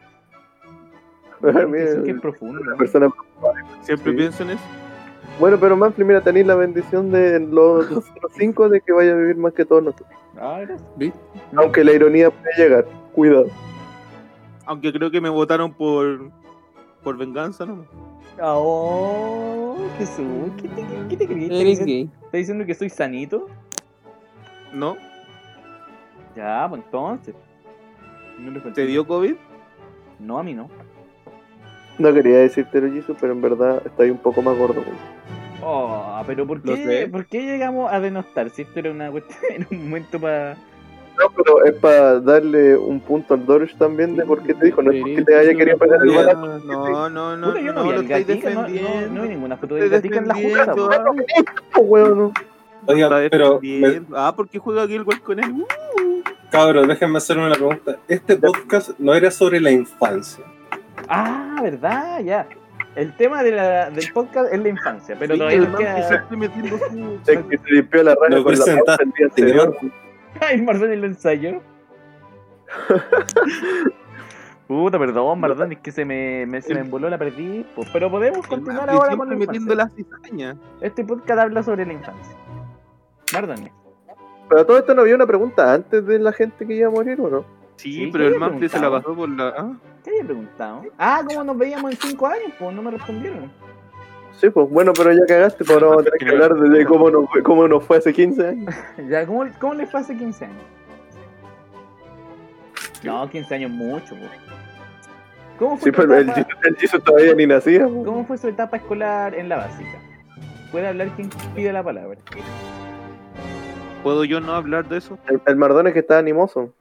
Speaker 1: eso es que es
Speaker 4: Mira,
Speaker 1: profundo.
Speaker 4: una persona
Speaker 2: Siempre
Speaker 4: Sí.
Speaker 2: pienso en eso.
Speaker 4: Bueno, pero Manfred, mira, tenéis la bendición de los [LAUGHS] otros cinco de que vaya a vivir más que todos nosotros.
Speaker 1: Ah, gracias.
Speaker 4: Aunque la ironía puede llegar, cuidado.
Speaker 2: Aunque creo que me votaron por, por venganza, ¿no?
Speaker 1: Ah, Oh, Jesús, ¿qué te, qué te creíste?
Speaker 3: Eres gay.
Speaker 1: ¿Estás diciendo que soy sanito?
Speaker 2: ¿No?
Speaker 1: Ya, pues entonces. No le
Speaker 2: ¿Te
Speaker 1: conté.
Speaker 2: dio COVID?
Speaker 1: No, a mí no.
Speaker 4: No quería decírtelo, Jisoo, pero en verdad está ahí un poco más gordo. weón.
Speaker 1: Oh, pero ¿por
Speaker 2: Lo
Speaker 1: qué,
Speaker 2: sé.
Speaker 1: ¿por qué llegamos a denostar? Si esto era una cuestión, [LAUGHS] era un momento para.
Speaker 4: No, pero es para darle un punto al Dorish también de por qué te dijo, no es porque te haya querido poner el
Speaker 2: No,
Speaker 4: balazo.
Speaker 2: no, no, no, no,
Speaker 1: Puta, yo no, vi
Speaker 2: lo
Speaker 1: al
Speaker 2: estáis
Speaker 1: gatica, no, no,
Speaker 2: defendiendo.
Speaker 1: no vi ninguna foto del
Speaker 2: Estáis
Speaker 1: gatica en la jugada.
Speaker 2: defendiendo,
Speaker 1: po.
Speaker 2: ah.
Speaker 4: pues, weón, no.
Speaker 5: Oiga,
Speaker 2: Está
Speaker 5: pero, me-
Speaker 2: defendiendo. Ah, ¿por qué juega Gilbert con él? Uh,
Speaker 5: cabros, déjenme hacerme una pregunta. Este podcast no era sobre la infancia.
Speaker 1: Ah, verdad, ya. El tema de la, del podcast es la infancia, pero
Speaker 2: sí,
Speaker 1: todavía
Speaker 2: el
Speaker 1: nos
Speaker 2: man que
Speaker 1: queda.
Speaker 2: siempre metiendo su-
Speaker 4: Es que se limpió la raya
Speaker 5: Lo
Speaker 4: con la pausa
Speaker 5: presentaste,
Speaker 4: el día anterior.
Speaker 5: Señor,
Speaker 1: [LAUGHS] Ay, Marzani lo
Speaker 2: [LAUGHS]
Speaker 1: ensayó. Puta, perdón, Marzani, es que se me, me, se me emboló la perdí. po. Pero podemos continuar
Speaker 2: que
Speaker 1: ahora con la
Speaker 2: siempre
Speaker 1: infancia.
Speaker 2: metiendo la cizaña.
Speaker 1: Este podcast habla sobre la infancia. Marzani.
Speaker 4: Pero a todo esto no había una pregunta antes de la gente que iba a morir, ¿o no?
Speaker 2: Sí,
Speaker 1: Sí,
Speaker 2: pero
Speaker 1: yo
Speaker 2: el
Speaker 1: le
Speaker 2: Manfred se
Speaker 1: preguntaba.
Speaker 2: la pasó por la. ah,
Speaker 1: ¿Qué había preguntado? Ah, ¿cómo nos veíamos en 5 años? Pues no me respondieron.
Speaker 4: Sí, pues bueno, pero ya cagaste, pues ahora vamos a tener que hablar de cómo nos, fue- cómo nos fue hace 15 años.
Speaker 1: Ya, ¿cómo, ¿Cómo les fue hace 15 años? No, 15 años mucho, po. ¿Cómo fue
Speaker 4: Sí,
Speaker 1: tu
Speaker 4: pero el,
Speaker 1: etapa-
Speaker 4: Jisoo- el Jisoo todavía ni nacía. pues.
Speaker 1: ¿Cómo fue su etapa escolar en la básica? Puede hablar quien pida la palabra.
Speaker 2: ¿Puedo yo no hablar de eso?
Speaker 4: El, el Mardón es que estaba animoso.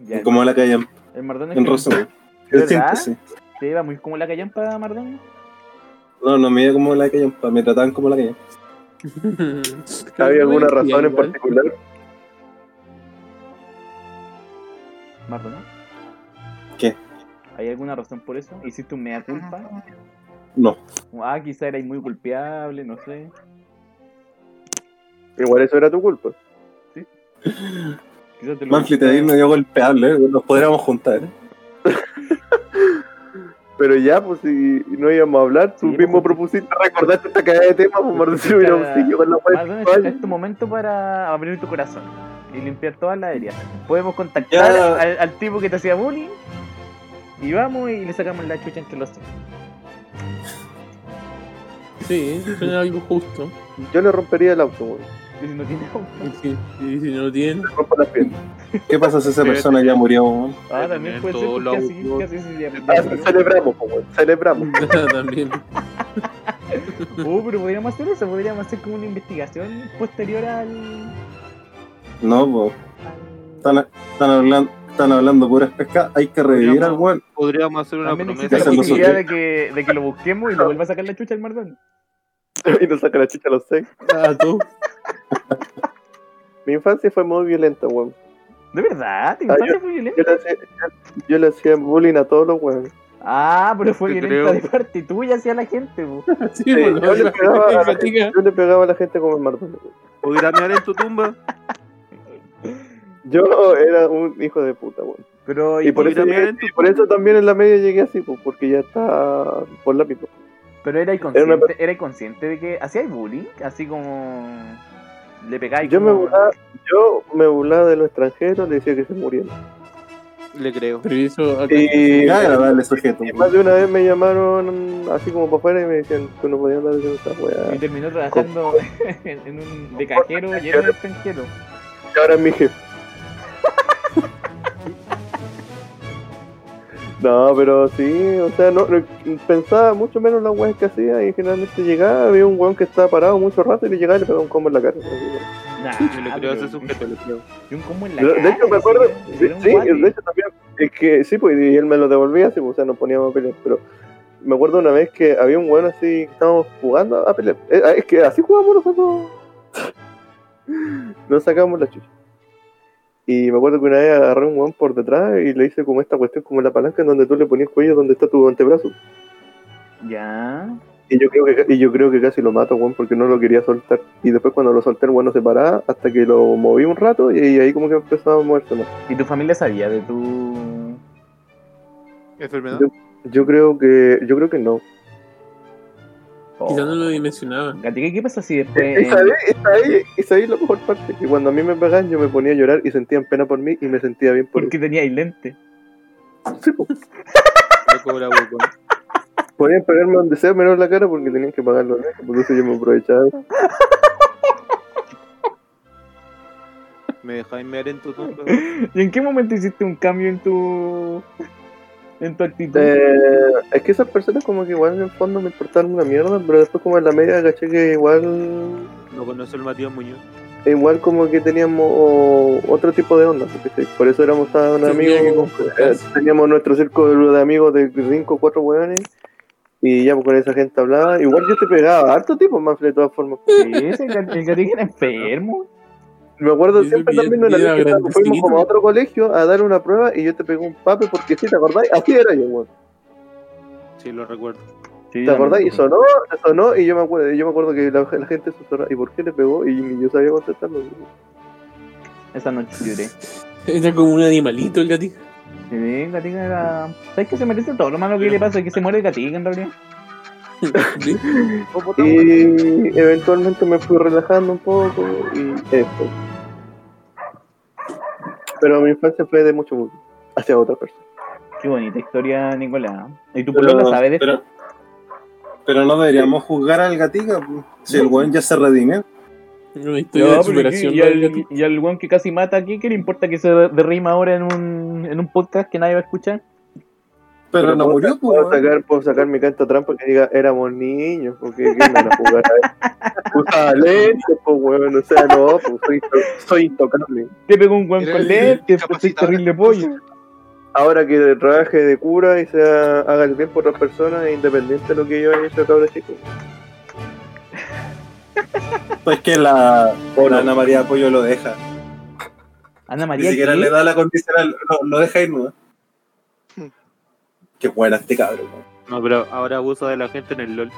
Speaker 1: Ya,
Speaker 5: como la callan,
Speaker 1: el Mardón es
Speaker 5: en
Speaker 1: que-
Speaker 5: resumen.
Speaker 1: ¿Verdad?
Speaker 5: En síntesis.
Speaker 1: ¿Te iba muy como la callampa, Mardón?
Speaker 5: No, no me veía como la callan, me trataban como la callan.
Speaker 4: [LAUGHS] ¿Había alguna
Speaker 3: Igual.
Speaker 4: razón en particular?
Speaker 1: ¿Mardón?
Speaker 5: ¿Qué?
Speaker 1: ¿Hay alguna razón por eso? ¿Hiciste un mea culpa?
Speaker 5: No.
Speaker 1: Ah, quizá erais muy culpable, no sé.
Speaker 4: Igual eso era tu culpa.
Speaker 1: Quizás te lo
Speaker 5: Manfly, te vi medio golpeable, ¿eh? nos podríamos juntar. ¿eh?
Speaker 4: Pero ya, pues si no íbamos a hablar, tú
Speaker 1: Sí,
Speaker 4: mismo
Speaker 1: pues.
Speaker 4: propusiste recordarte esta cagada de temas, pues Mardón si hubiéramos seguido con la wea.
Speaker 1: Mardón,
Speaker 4: Ay.
Speaker 1: este es tu momento para abrir tu corazón y limpiar todas las heridas. Podemos contactar
Speaker 5: Ya.
Speaker 1: al, al tipo que te hacía bullying y vamos y le sacamos la chucha entre los tres.
Speaker 3: Sí, suena algo justo.
Speaker 4: Yo le rompería el auto, weón.
Speaker 1: Y si no tiene auto.
Speaker 3: Y si, y si no lo tienen, [LAUGHS]
Speaker 4: Le rompo las piernas.
Speaker 5: ¿Qué pasa si esa persona ya murió? weón?
Speaker 1: Ah, también
Speaker 2: Tener
Speaker 1: puede ser
Speaker 2: todo
Speaker 1: porque
Speaker 2: lo
Speaker 1: así,
Speaker 2: audio-
Speaker 1: casi se llama.
Speaker 4: Ah, celebramos, pues, weón, celebramos.
Speaker 1: [LAUGHS]
Speaker 3: también.
Speaker 1: Oh, pero podríamos hacer eso, podríamos hacer como una investigación posterior al.
Speaker 5: No, po. Están, están hablando, están hablando puras pescas, hay que revivir al weón.
Speaker 2: Podríamos hacer una
Speaker 1: También existe la
Speaker 5: Hacerlo
Speaker 2: promesa.
Speaker 1: posibilidad de
Speaker 5: sufrir.
Speaker 1: que, de que lo busquemos y lo vuelva a sacar la chucha al mardón.
Speaker 4: Y nos saca la chicha a los seis.
Speaker 3: A todos.
Speaker 4: Mi infancia fue muy violenta, weón.
Speaker 1: ¿De verdad? ¿Te
Speaker 4: Ah,
Speaker 1: infancia fue violenta?
Speaker 4: Yo le hacía, yo le hacía bullying a todos los weones.
Speaker 1: Ah, pero fue
Speaker 2: Te
Speaker 1: violenta
Speaker 2: creo.
Speaker 1: de parte tuya hacia la gente, po.
Speaker 3: [LAUGHS] Sí,
Speaker 4: Sí,
Speaker 3: bueno, [LAUGHS]
Speaker 4: yo, le
Speaker 3: la
Speaker 4: pegaba a la gente-
Speaker 3: gatica.
Speaker 4: yo le pegaba a la gente como el Mardón.
Speaker 2: ¿O ir a mear en tu
Speaker 4: [LAUGHS]
Speaker 2: tumba?
Speaker 4: Yo era un hijo de puta, weón.
Speaker 1: Pero,
Speaker 4: Y por
Speaker 1: y-
Speaker 4: eso,
Speaker 2: mira, mira,
Speaker 4: y por eso también en la media llegué así, pues, porque ya está por la pico.
Speaker 1: pero era
Speaker 4: Era una-
Speaker 1: inconsciente, era inconsciente de que hacíais bullying, así como. Le pegáis.
Speaker 4: Yo me
Speaker 1: como-
Speaker 4: burlaba, yo me burlaba de los extranjeros, le decía que se murieran.
Speaker 2: Le creo.
Speaker 3: Pero eso acá.
Speaker 4: Y,
Speaker 5: Qué agradable sujeto.
Speaker 4: y
Speaker 5: weón.
Speaker 4: más de una vez me llamaron así como para afuera y me decían que no podían dar de esta
Speaker 1: Y
Speaker 4: weá.
Speaker 1: terminó trabajando en, [LAUGHS] en un de cajero lleno de extranjeros.
Speaker 4: Y ahora es mi jefe. No, pero sí, o sea, no, no- pensaba mucho menos las weas que hacía y generalmente llegaba, había un weón que estaba parado mucho rato y le llegaba y le pegaba un combo en la cara.
Speaker 1: Nah,
Speaker 2: Yo
Speaker 4: Ah,
Speaker 2: le creo a
Speaker 1: pero-
Speaker 2: ese sujeto, le creo.
Speaker 1: Y un combo en la
Speaker 4: Yo-
Speaker 1: cara.
Speaker 4: de hecho, me acuerdo.
Speaker 1: sí,
Speaker 4: Sí,
Speaker 1: era un
Speaker 4: sí,
Speaker 1: guate.
Speaker 4: de hecho también. Es que sí, pues y él me lo devolvía, sí, pues, o sea, nos poníamos a pelear. Pero me acuerdo una vez que había un weón así que estábamos jugando a pelear. Eh, Es que así jugábamos nosotros. [LAUGHS] Nos sacábamos la chucha. Y me acuerdo que una vez agarré un weón por detrás y le hice como esta cuestión, como la palanca en donde tú le ponías el cuello donde está tu antebrazo.
Speaker 1: Ya.
Speaker 4: Y yo creo que, y yo creo que casi lo mato, weón, porque no lo quería soltar. Y después cuando lo solté, el weón no se paraba hasta que lo moví un rato y ahí como que empezaba a moverse más.
Speaker 1: ¿Y tu familia sabía de tu.
Speaker 2: Enfermedad.
Speaker 4: Yo creo que, yo creo que no.
Speaker 1: Oh.
Speaker 3: Quizás no lo dimensionaban.
Speaker 1: Gatica, ¿qué pasa si después.?
Speaker 4: Esa es, esa es, esa es la mejor parte. Que cuando a mí me pegaban, yo me ponía a llorar y sentían pena por mí y me sentía bien por
Speaker 1: Porque tenía lente.
Speaker 4: ellos. Sí, po.
Speaker 2: Le cobra hueco.
Speaker 4: Podían pegarme donde sea menos la cara porque tenían que pagar los lentes, por eso yo me aprovechaba.
Speaker 2: Me dejáis mear en
Speaker 4: [LAUGHS]
Speaker 2: tu tumba.
Speaker 1: ¿Y en qué momento hiciste un cambio en tu. en tu actitud?
Speaker 4: Eh, es que esas personas como que igual en el fondo me importaron una mierda, pero después como en la media caché que igual
Speaker 2: No conoce el Matías Muñoz.
Speaker 4: igual como que teníamos otro tipo de onda, ¿cachai? por eso éramos
Speaker 3: Tenía
Speaker 4: tan
Speaker 3: que
Speaker 4: amigos, eh,
Speaker 3: comportarse.
Speaker 4: teníamos nuestro círculo de amigos de 5 o 4 hueones y ya pues, con esa gente hablaba, igual yo te pegaba, harto tipo Manfred de todas formas.
Speaker 1: Sí, ese gat- el Gatica era enfermo.
Speaker 4: Me acuerdo
Speaker 3: Yo
Speaker 4: siempre
Speaker 3: vi el
Speaker 4: también de una
Speaker 3: video
Speaker 4: vez que estábamos- fuimos
Speaker 3: grandecito.
Speaker 4: como a otro colegio a dar una prueba y yo te pegué un pape porque sí, ¿te acordáis? Así era yo, weón.
Speaker 2: Sí, lo recuerdo.
Speaker 1: Sí,
Speaker 4: ¿Te acordás? Y
Speaker 1: eso
Speaker 4: sonó, sonó, y yo me acuerdo, yo me acuerdo que la, la gente susurraba, ¿y por qué le pegó? Y ni yo sabía contestarlo.
Speaker 1: Esa noche lloré.
Speaker 3: Era como un animalito el gatito.
Speaker 1: Sí, Gatica era. ¿Sabes que se merece todo lo malo que le pasa? Es que se muere Gatica en realidad.
Speaker 3: [LAUGHS] ¿Sí?
Speaker 4: Y eventualmente me fui relajando un poco y esto. Pero mi infancia fue de mucho bullying hacia otra persona.
Speaker 1: Qué bonita historia, Nicolás. ¿Y tu
Speaker 5: Pero,
Speaker 1: pueblo sabe de esto?
Speaker 5: pero, pero no deberíamos juzgar al gatiga. po. Si el weón ya se redime.
Speaker 3: Era una historia
Speaker 1: No,
Speaker 3: de
Speaker 1: pero
Speaker 3: superación.
Speaker 1: y, y
Speaker 3: ¿no? del
Speaker 1: al,
Speaker 3: gatito.
Speaker 1: y al weón que casi mata aquí, ¿qué le importa que se derrima ahora en un, en un podcast que nadie va a escuchar?
Speaker 5: Pero, no
Speaker 4: puedo-
Speaker 5: murió, po,
Speaker 4: puedo
Speaker 5: weón.
Speaker 4: sacar, puedo sacar mi canta trampa que diga, éramos niños, porque ¿qué me van a jugar a eso? Usaba lentes, pues weón, o sea, no, pues soy, soy intocable.
Speaker 1: Te pegó un weón
Speaker 6: Era
Speaker 1: con
Speaker 6: el
Speaker 1: lente, pues soy
Speaker 6: capacitado.
Speaker 1: terrible pollo.
Speaker 4: ahora que trabaje de cura y sea, haga el bien por otras personas, independiente de lo que yo haya hecho cabrón chico.
Speaker 5: Pues que la,
Speaker 4: O
Speaker 5: la
Speaker 4: no.
Speaker 5: Ana María Pollo lo deja.
Speaker 1: Ana
Speaker 5: Ni
Speaker 1: María,
Speaker 5: siquiera
Speaker 1: ¿qué?
Speaker 5: le da la condicional, lo, lo deja ir, ¿no?
Speaker 6: Hmm.
Speaker 5: Qué buena este cabrón. weón.
Speaker 2: No, pero ahora abusa de la gente en el LOL.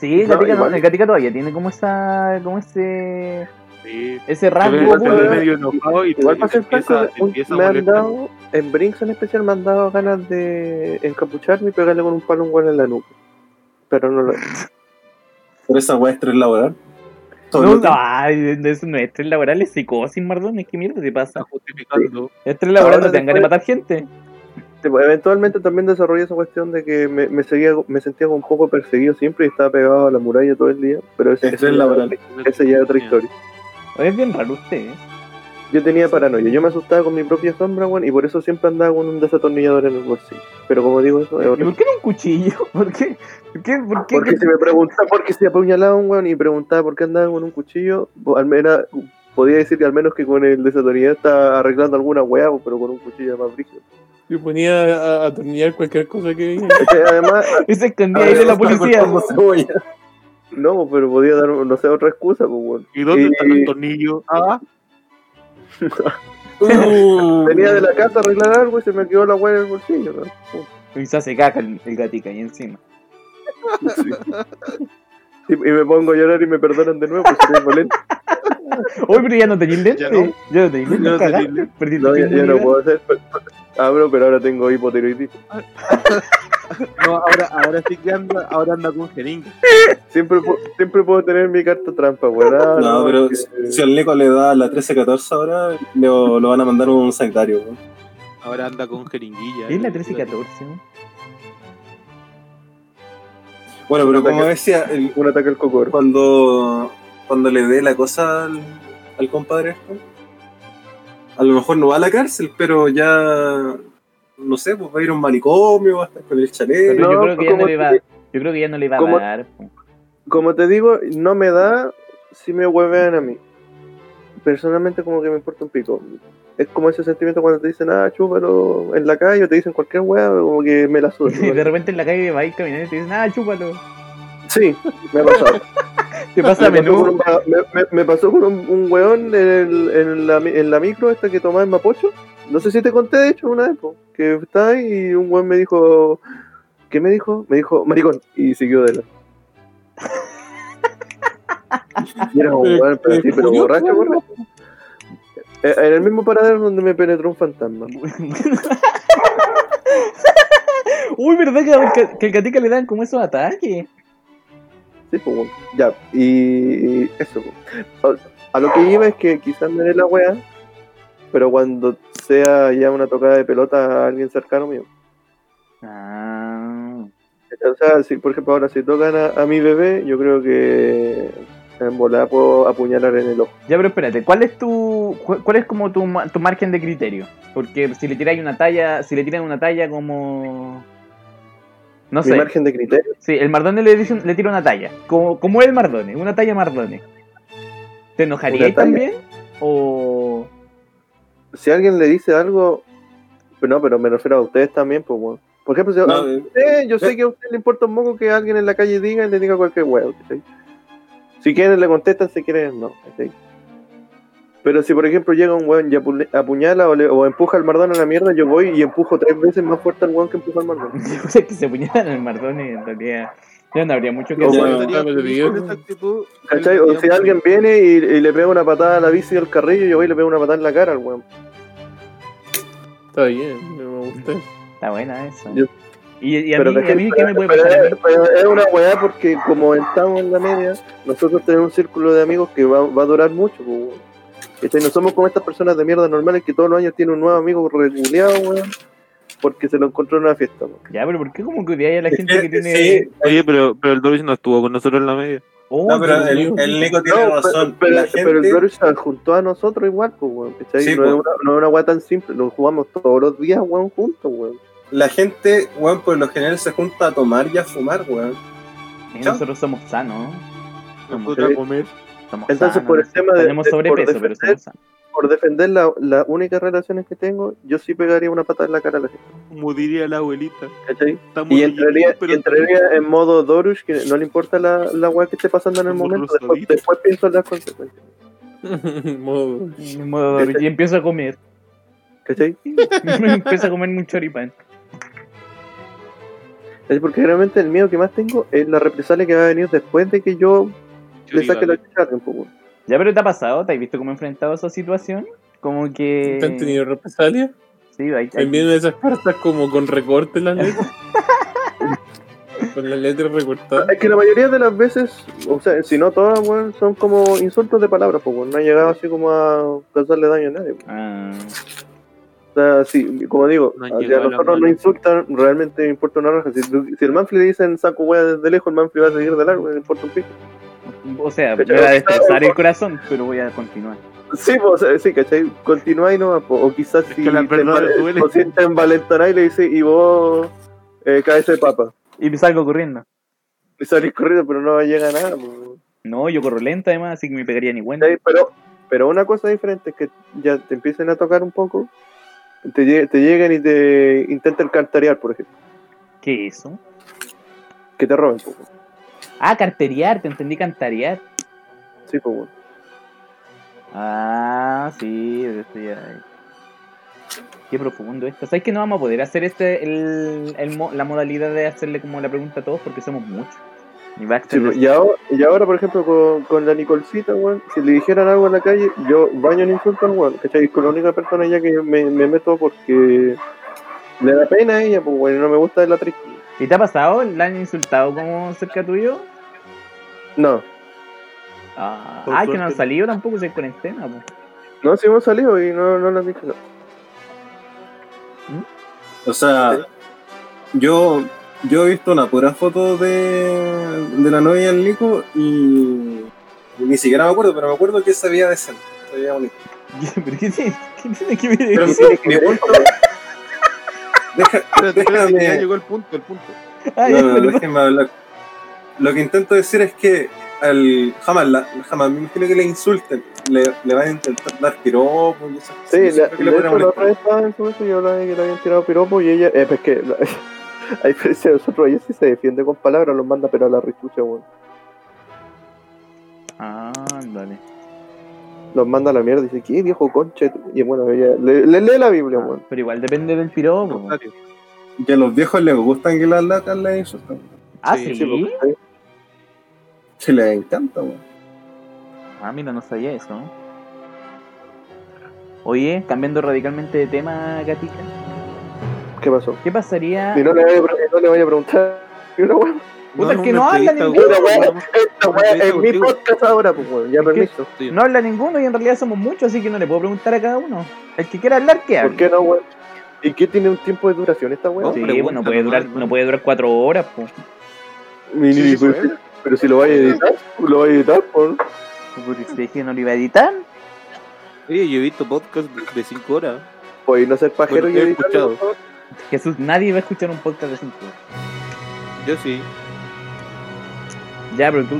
Speaker 1: Sí,
Speaker 4: No,
Speaker 1: Gatica, no,
Speaker 4: igual.
Speaker 1: el Gatica todavía tiene como esa, como ese,
Speaker 2: Sí.
Speaker 1: ese
Speaker 2: Se
Speaker 1: rasgo,
Speaker 2: ve
Speaker 4: igual,
Speaker 2: se
Speaker 1: weón.
Speaker 2: ve
Speaker 4: weón.
Speaker 2: medio enojado y
Speaker 4: Igual
Speaker 2: te-
Speaker 4: para
Speaker 2: te
Speaker 4: ser franco,
Speaker 2: empieza, te
Speaker 4: un-
Speaker 2: empieza a
Speaker 4: me han
Speaker 2: molestar.
Speaker 4: dado, en Brinks en especial, me han dado ganas de encapucharme y pegarle con un palo a un weón en la nuca. Pero no lo he hecho.
Speaker 5: Por esa weá estrés laboral. Todo
Speaker 1: No,
Speaker 5: lo que-
Speaker 1: no, ay, no, eso no es estrés laboral, es psicosis, Mardones, ¿qué mierda te
Speaker 2: Está
Speaker 1: pasa?
Speaker 2: justificando.
Speaker 1: Estrés laboral
Speaker 4: Ahora
Speaker 1: no te dan ganas de matar gente.
Speaker 4: Tipo, Eventualmente también desarrollé esa cuestión de que me, me seguía, me sentía como un poco perseguido siempre y estaba pegado a la muralla todo el día. Pero ese,
Speaker 5: Estrés
Speaker 4: ese ya-
Speaker 5: laboral.
Speaker 4: ese ya es otra historia.
Speaker 1: Oye, Es bien raro usted, ¿eh?
Speaker 4: Yo tenía paranoia, yo me asustaba con mi propia sombra, weón, y por eso siempre andaba con un desatornillador en el bolsillo. Pero como digo eso, es
Speaker 1: ¿Y
Speaker 4: horrible.
Speaker 1: por qué no un cuchillo? [LAUGHS] ¿Por qué? ¿Por qué? ¿Por qué?
Speaker 4: Porque si me preguntaba por qué se apuñalaba un weón y preguntaba por qué andaba con un cuchillo, po- al menos podía decir que al menos que con el desatornillador estaba arreglando alguna weá, po, pero con un cuchillo era más brillo.
Speaker 3: Yo ponía a- a atornillar cualquier cosa que veía.
Speaker 4: Además, [LAUGHS]
Speaker 1: Ese escondía
Speaker 5: Ahora
Speaker 1: ahí de la
Speaker 5: está
Speaker 1: policía.
Speaker 5: cortando cebolla.
Speaker 4: no, po, pero podía dar, no sé, otra excusa, pues weón.
Speaker 2: ¿Y dónde
Speaker 4: Y-
Speaker 2: están los tornillos? Ah,
Speaker 5: Uh,
Speaker 4: Venía de la casa a arreglar algo y se me quedó la weá en el bolsillo, weón.
Speaker 1: Y se hace caca el, el gatica ahí encima.
Speaker 4: Y, y me pongo a llorar y me perdonan de nuevo, pues tengo lente.
Speaker 1: Oye, pero ya no
Speaker 4: [LAUGHS]
Speaker 1: tenías lente.
Speaker 6: Ya
Speaker 1: Ya
Speaker 6: no.
Speaker 1: no, tenías lente.
Speaker 2: Ya no
Speaker 1: cagaste,
Speaker 2: tenía lente.
Speaker 1: perdiste
Speaker 4: No, ya,
Speaker 1: tu
Speaker 4: ya no
Speaker 1: inmunidad.
Speaker 4: puedo hacer. Abro, pero ahora tengo hipotiroidismo.
Speaker 2: no, ahora, ahora sí que anda, ahora anda con jeringa.
Speaker 4: Siempre, pu- siempre puedo tener mi carta trampa, weón. Ah,
Speaker 5: No, pero
Speaker 4: que-
Speaker 5: si- si al Nico le da la 13-14 ahora, lo, lo van a mandar a un sanitario. weón.
Speaker 2: Ahora anda con jeringuilla.
Speaker 1: Es la 13 y 14. ¿no?
Speaker 5: Bueno, pero
Speaker 4: Puta
Speaker 5: como
Speaker 4: que-
Speaker 5: decía, el-
Speaker 4: Un ataque al cocoro.
Speaker 5: cuando, cuando le dé la cosa al, al compadre, este, a lo mejor no va a la cárcel, pero ya, no sé, pues va a ir a un manicomio, va a estar con el
Speaker 1: Pero
Speaker 5: chalet.
Speaker 4: No,
Speaker 1: yo creo que ya no
Speaker 4: como
Speaker 1: le va.
Speaker 4: te-
Speaker 1: Yo creo que ya no le va
Speaker 4: como-
Speaker 1: a
Speaker 4: [LAUGHS]
Speaker 1: dar. po.
Speaker 4: Como te digo, no me da si me huevean a mí. personalmente como que me importa un pico. Es como ese sentimiento cuando te dicen, ah, chúpalo en la calle o te dicen cualquier weá, como que me la suda.
Speaker 1: [LAUGHS] Y de repente en la calle vais caminando y te dicen, ah, chúpalo.
Speaker 4: Sí, me ha pasado. [LAUGHS]
Speaker 1: Te pasa a
Speaker 4: me, pasó con
Speaker 1: menudo.
Speaker 4: un, me- me- me pasó con un, un weón en, el- en la, mi- en la micro esta que tomaba en Mapocho. No sé si te conté, de hecho, una vez, po, que estaba ahí y un weón me dijo... ¿Qué me dijo? Me dijo, maricón, y siguió de la... Y era un weón, pero sí, pero borracho, borracho. Eh, En el mismo paradero donde me penetró un fantasma.
Speaker 1: Uy, ¿verdad que, al ca- que al Catica le dan como esos ataques?
Speaker 4: Sí, pues, bueno. ya, y eso. pues. A, a lo que iba es que quizás me dé la wea, pero cuando sea ya una tocada de pelota a alguien cercano mío.
Speaker 1: Ah.
Speaker 4: O sea, si por ejemplo ahora si tocan a, a mi bebé, yo creo que en volada puedo apuñalar en el ojo.
Speaker 1: Ya, pero espérate, ¿cuál es tu cu- cuál es como tu, ma- tu margen de criterio? Porque si le tiráis una talla, si le tiran una talla como no
Speaker 4: Mi
Speaker 1: sé,
Speaker 4: margen de criterio.
Speaker 1: sí, el Mardone le dice, le tira una talla, como como el Mardone, una talla Mardone. ¿Te enojarías
Speaker 4: Una talla.
Speaker 1: también o [LAUGHS]
Speaker 4: Si alguien le dice algo, pues no, pero me refiero a ustedes también, pues bueno. Por ejemplo, si a
Speaker 5: No, eh,
Speaker 4: usted, yo sé que a usted le importa un moco que alguien en la calle diga y le diga cualquier huevo. Si quieren le contestan, si quieren no. ¿cachai? Pero si por ejemplo llega un hueón y apu- apuñala o, le- o empuja al mardón a la mierda, yo voy y empujo tres veces más fuerte al hueón que empuja
Speaker 1: [LAUGHS]
Speaker 4: al mardón.
Speaker 1: o sea, que se apuñalan al Mardone en realidad? Ya no habría mucho que
Speaker 4: No,
Speaker 1: hacer.
Speaker 2: Yo
Speaker 5: bueno.
Speaker 2: estaría
Speaker 3: Ah, pero
Speaker 2: feliz
Speaker 3: yo-
Speaker 2: con esa actitud,
Speaker 4: ¿Cachai? O si alguien viene y, y le pega una patada a la bici del carrillo, yo voy y le pego una patada en la cara al hueón.
Speaker 3: Está bien, me gusta.
Speaker 1: Está buena eso.
Speaker 4: Yo-
Speaker 1: Y, y a
Speaker 4: Pero
Speaker 1: mí, y a
Speaker 4: ¿cachai?
Speaker 1: mí ¿qué me puede
Speaker 4: Pero
Speaker 1: pasar a mí?
Speaker 4: es- pero es una weá porque como estamos en la media, nosotros tenemos un círculo de amigos que va, va a durar mucho, pues, weón. ¿Cachai? No somos como estas personas de mierda normales que todos los años tienen un nuevo amigo reguleado, weón, porque se lo encontró en una fiesta, weón.
Speaker 1: Ya, pero ¿por qué como que odiáis a la gente que
Speaker 5: eh,
Speaker 1: tiene
Speaker 5: sí,
Speaker 2: Oye, pero, pero el Doris no estuvo con nosotros en la media.
Speaker 1: Oh,
Speaker 5: no, pero
Speaker 1: Dios mío.
Speaker 5: el, el Nico tiene
Speaker 4: No,
Speaker 5: razón.
Speaker 4: Pero,
Speaker 5: la
Speaker 4: pero- pero
Speaker 5: gente-
Speaker 4: el Doris se juntó a nosotros igual, pues, weón. ¿cachai?
Speaker 5: Sí,
Speaker 4: no,
Speaker 5: pues.
Speaker 4: Es una, no es una weá tan simple, nos jugamos todos los días, weón, juntos, weón.
Speaker 5: la gente, weón, por lo general se junta a tomar y a fumar, weón.
Speaker 1: Y Nosotros somos sanos. Somos,
Speaker 2: Nosotros a comer.
Speaker 1: somos
Speaker 4: Entonces,
Speaker 1: sanos,
Speaker 4: por el tema de-
Speaker 1: Tenemos
Speaker 4: de- por
Speaker 1: sobrepeso, pero
Speaker 4: defender-
Speaker 1: somos sanos.
Speaker 4: Por defender la- las únicas relaciones que tengo, yo sí pegaría una patada en la cara a la gente,
Speaker 2: Como diría la abuelita.
Speaker 4: ¿cachai?
Speaker 2: Estamos
Speaker 4: Y entraría,
Speaker 2: rellenos, pero
Speaker 4: y entraría en modo Dorush, que no le importa la, la weá que esté pasando en el
Speaker 2: Como
Speaker 4: momento, después,
Speaker 2: rosadito.
Speaker 4: después pienso en las consecuencias.
Speaker 3: Modo.
Speaker 1: Y me muevo, Y empiezo a comer. [LAUGHS]
Speaker 4: ¿Cachai?
Speaker 1: empiezo a comer un choripán.
Speaker 4: Es porque realmente el miedo que más tengo es la represalia que va a venir después de que yo le saque la chucha a alguien, pues, weón.
Speaker 1: Ya, pero te ha pasado, te has visto cómo he enfrentado a esa situación. Como que.
Speaker 3: ¿Te han tenido represalia?
Speaker 1: Sí, hay,
Speaker 3: ¿Te envían esas cartas como con recortes las letras? con las letras recortadas.
Speaker 4: Es que la mayoría de las veces, o sea, si no todas, weón, son como insultos de palabras, pues, weón. No he llegado así como a causarle daño a nadie, weón.
Speaker 1: Ah,
Speaker 4: O sea, sí, como digo,
Speaker 2: No han
Speaker 4: si a
Speaker 2: llegado a la
Speaker 4: nosotros no
Speaker 2: mano.
Speaker 4: insultan, realmente me importa una raja. Si, si el Manfred le dicen saco weá desde lejos, el Manfred va a seguir de largo, le importa un pico.
Speaker 1: o sea, me
Speaker 4: Pero-
Speaker 1: va a destrozar el corazón, pero voy a continuar.
Speaker 4: Sí, pues, o sea, sí, ¿cachai? Continúa y no, po. o quizás
Speaker 2: Es
Speaker 4: si
Speaker 2: que la
Speaker 4: te,
Speaker 2: verdad
Speaker 4: envale-
Speaker 2: duele.
Speaker 4: o si te envalentonáis y le dices, y vos eh, caes de papa.
Speaker 1: Y me salgo corriendo.
Speaker 4: Y salís corriendo, pero no llega a nada. po.
Speaker 1: No, yo corro lento además, así que me pegaría ni bueno.
Speaker 4: ¿Cachai? Pero, pero una cosa diferente es que ya te empiecen a tocar un poco, te, lle- te llegan y te intentan cantarear, por ejemplo,
Speaker 1: ¿Qué es eso?
Speaker 4: que te roben. po.
Speaker 1: Ah, carterear, te entendí cantarear.
Speaker 4: Sí, pues, bueno.
Speaker 1: Ah, sí, eso ya- Qué profundo esto. ¿Sabes que no vamos a poder hacer este el, el mo- la modalidad de hacerle como la pregunta a todos porque somos muchos? Y va a
Speaker 4: Sí,
Speaker 1: ser-
Speaker 4: pues, y, ahora, y ahora, por ejemplo, con, con la Nicolcita, weón, si le dijeran algo en la calle, yo baño en insultos, weón, ¿cachai? Es con la única persona ya que me, me meto porque le da pena a ella, pues, bueno, no me gusta la triste.
Speaker 1: ¿Y te ha pasado? ¿La han insultado como cerca tuyo?
Speaker 4: No,
Speaker 1: Ah,
Speaker 2: Por
Speaker 1: ah, que no han
Speaker 2: suerte.
Speaker 1: salido tampoco, si hay cuarentena. po. [LAUGHS]
Speaker 4: no, si hemos salido y no, no le han dicho nada.
Speaker 5: O sea, yo, yo he visto una pura foto de, de la novia del Nico y ni siquiera me acuerdo, pero me acuerdo que se veía decente. se veía bonito.
Speaker 1: ¿Pero qué tiene, qué tiene que ver
Speaker 5: Pero
Speaker 1: eso?
Speaker 5: mi punto- Deja-
Speaker 2: Espérate, espérate,
Speaker 5: déjame-
Speaker 2: ya llegó el punto, el punto.
Speaker 1: Ay,
Speaker 5: no, no,
Speaker 1: perdón.
Speaker 5: déjenme hablar. Lo que intento decir es que al jamás, la, jamás me imagino que le insulten, le, le van a intentar dar piropos y esas
Speaker 4: Sí,
Speaker 5: cosas.
Speaker 4: la,
Speaker 5: Siempre que le
Speaker 4: de
Speaker 5: van a
Speaker 4: hecho, la
Speaker 5: molestar.
Speaker 4: otra vez estaba en su momento y yo hablaba de que le habían tirado piropo y ella. Eh, pues que. la- [LAUGHS] a diferencia de nosotros, ella sí se defiende con palabras, los manda, pero a la rechucha, weón.
Speaker 1: Ah, dale.
Speaker 4: Los manda a la mierda y dice, ¿qué viejo conche? Y bueno, ella le, le lee la Biblia, weón.
Speaker 1: Pero igual depende del piropo.
Speaker 5: Y a los viejos les gustan que las lacas les insulten.
Speaker 1: Ah,
Speaker 2: Sí,
Speaker 1: sí.
Speaker 4: Sí, pues, ¿cachai?
Speaker 5: Sí, les encanta, weón.
Speaker 1: Ah, mira, no sabía eso. Oye, cambiando radicalmente de tema, gatica.
Speaker 4: ¿Qué pasó?
Speaker 1: ¿Qué pasaría?
Speaker 4: Y no le vaya, a pre- no le vaya a preguntar. Y una weón.
Speaker 1: Puta, es que no
Speaker 2: una
Speaker 1: habla
Speaker 2: entrevista,
Speaker 1: ninguno,
Speaker 2: weón.
Speaker 4: weón. Esta weá es mi
Speaker 2: Contigo.
Speaker 4: podcast ahora, pues, weón. Ya
Speaker 1: ¿Qué?
Speaker 4: permiso.
Speaker 1: No habla ninguno y en realidad somos muchos, así que no le puedo preguntar a cada uno. El que quiera hablar, que
Speaker 4: ¿Por
Speaker 1: hable.
Speaker 4: qué no, weón? ¿Y qué tiene un tiempo de duración esta weá?
Speaker 2: Sí,
Speaker 1: Sí, bueno, no puede durar, no puede durar cuatro horas, po.
Speaker 4: Ni-
Speaker 6: Sí,
Speaker 4: ni-
Speaker 6: sí,
Speaker 4: pero,
Speaker 6: pues.
Speaker 4: pero si lo vaya a editar, lo vaya a editar, pues, weón.
Speaker 1: Porque si dije que no lo iba a editar,
Speaker 2: Oye, yo he visto podcast de 5 horas.
Speaker 4: Pues y no ser pajero
Speaker 2: Bueno,
Speaker 4: y
Speaker 2: he
Speaker 4: editarlo. pues.
Speaker 2: escuchado.
Speaker 4: weón.
Speaker 1: Jesús, nadie va a escuchar un podcast de cinco horas.
Speaker 2: Yo sí.
Speaker 1: Ya, pero tú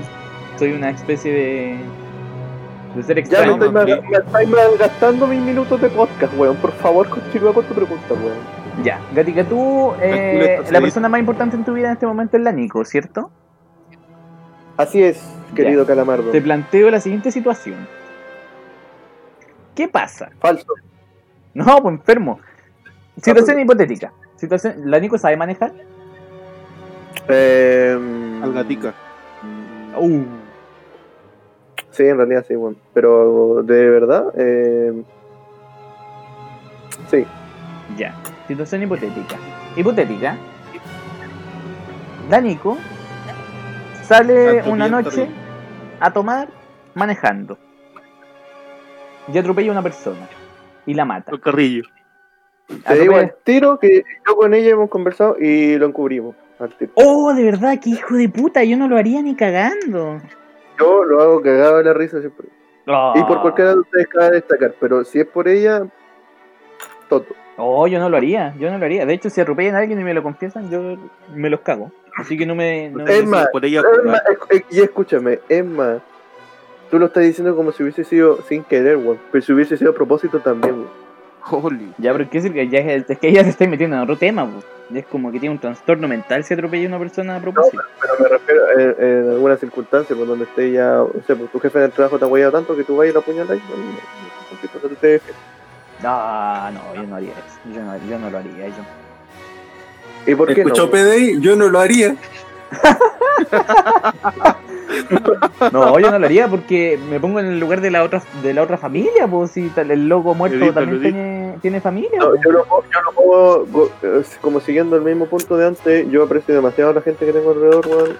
Speaker 1: soy una especie de. de ser
Speaker 4: Ya
Speaker 1: extraño.
Speaker 4: me estoy
Speaker 2: no,
Speaker 4: mal-
Speaker 2: sí.
Speaker 4: me estáis malgastando mis minutos de podcast, weón. Por favor, continúa con tu pregunta, weón.
Speaker 1: Ya, Gatica, tú, eh,
Speaker 5: Calcula esto,
Speaker 1: la
Speaker 5: sí.
Speaker 1: persona más importante en tu vida en este momento es la Nico, ¿cierto?
Speaker 4: Así es, querido Calamardo.
Speaker 1: Te planteo la siguiente situación. ¿Qué pasa?
Speaker 4: Falso.
Speaker 1: No, pues enfermo. Situación hipotética. Situación, ¿La Nico sabe manejar?
Speaker 4: Eh,
Speaker 2: Algatica.
Speaker 1: Uh,
Speaker 4: Sí, en realidad sí, weón. Pero de verdad, eh, sí.
Speaker 1: ya. Situación hipotética. Hipotética. La Nico sale
Speaker 2: Atropelló
Speaker 1: una
Speaker 2: un
Speaker 1: noche
Speaker 2: perrito.
Speaker 1: a tomar manejando. Y atropella a una persona. Y la mata.
Speaker 2: El carrillo.
Speaker 4: Te digo
Speaker 1: Atropella-
Speaker 4: al tiro que yo con ella hemos conversado y lo encubrimos. Al tiro.
Speaker 1: Oh, de verdad, qué hijo de puta, yo no lo haría ni cagando.
Speaker 4: Yo lo hago cagado de la risa siempre. Y por cualquiera de ustedes cabe destacar, pero si es por ella, Toto.
Speaker 1: Oh, yo no lo haría, yo no lo haría. De hecho, si atropellan a alguien y me lo confiesan, yo me los cago. Así que no me. no-
Speaker 4: Es más,
Speaker 2: por ella,
Speaker 4: Es más, es- es- y escúchame, es más, tú lo estás diciendo como si hubiese sido sin querer, weón. Pero si hubiese sido a propósito también, weón.
Speaker 2: Holy.
Speaker 1: Ya, pero ¿qué es, el que- ya es, es que ella se está metiendo en otro tema, po. Ya Es como que tiene un trastorno mental si atropella a una persona a propósito.
Speaker 4: Pero me refiero eh, en alguna circunstancia por donde esté ya, o sea, pues, tu jefe del trabajo te ha guayado tanto que tú vayas y la apuñalas. y, weón, no sé por qué te- te-
Speaker 1: Ah, no, yo no haría eso. Yo no, yo no lo haría. Yo.
Speaker 4: ¿Y por qué
Speaker 5: Escuchó
Speaker 4: no? weón?
Speaker 5: PDI, yo no lo haría.
Speaker 1: No, yo no lo haría porque me pongo en el lugar de la otra de la otra familia, pues si tal- el loco muerto
Speaker 2: Edita,
Speaker 1: también
Speaker 2: lo edita.
Speaker 1: tiene, tiene familia.
Speaker 4: No,
Speaker 1: po.
Speaker 4: yo lo, yo lo puedo, go- eh, como siguiendo el mismo punto de antes, yo aprecio demasiado a la gente que tengo alrededor, weón.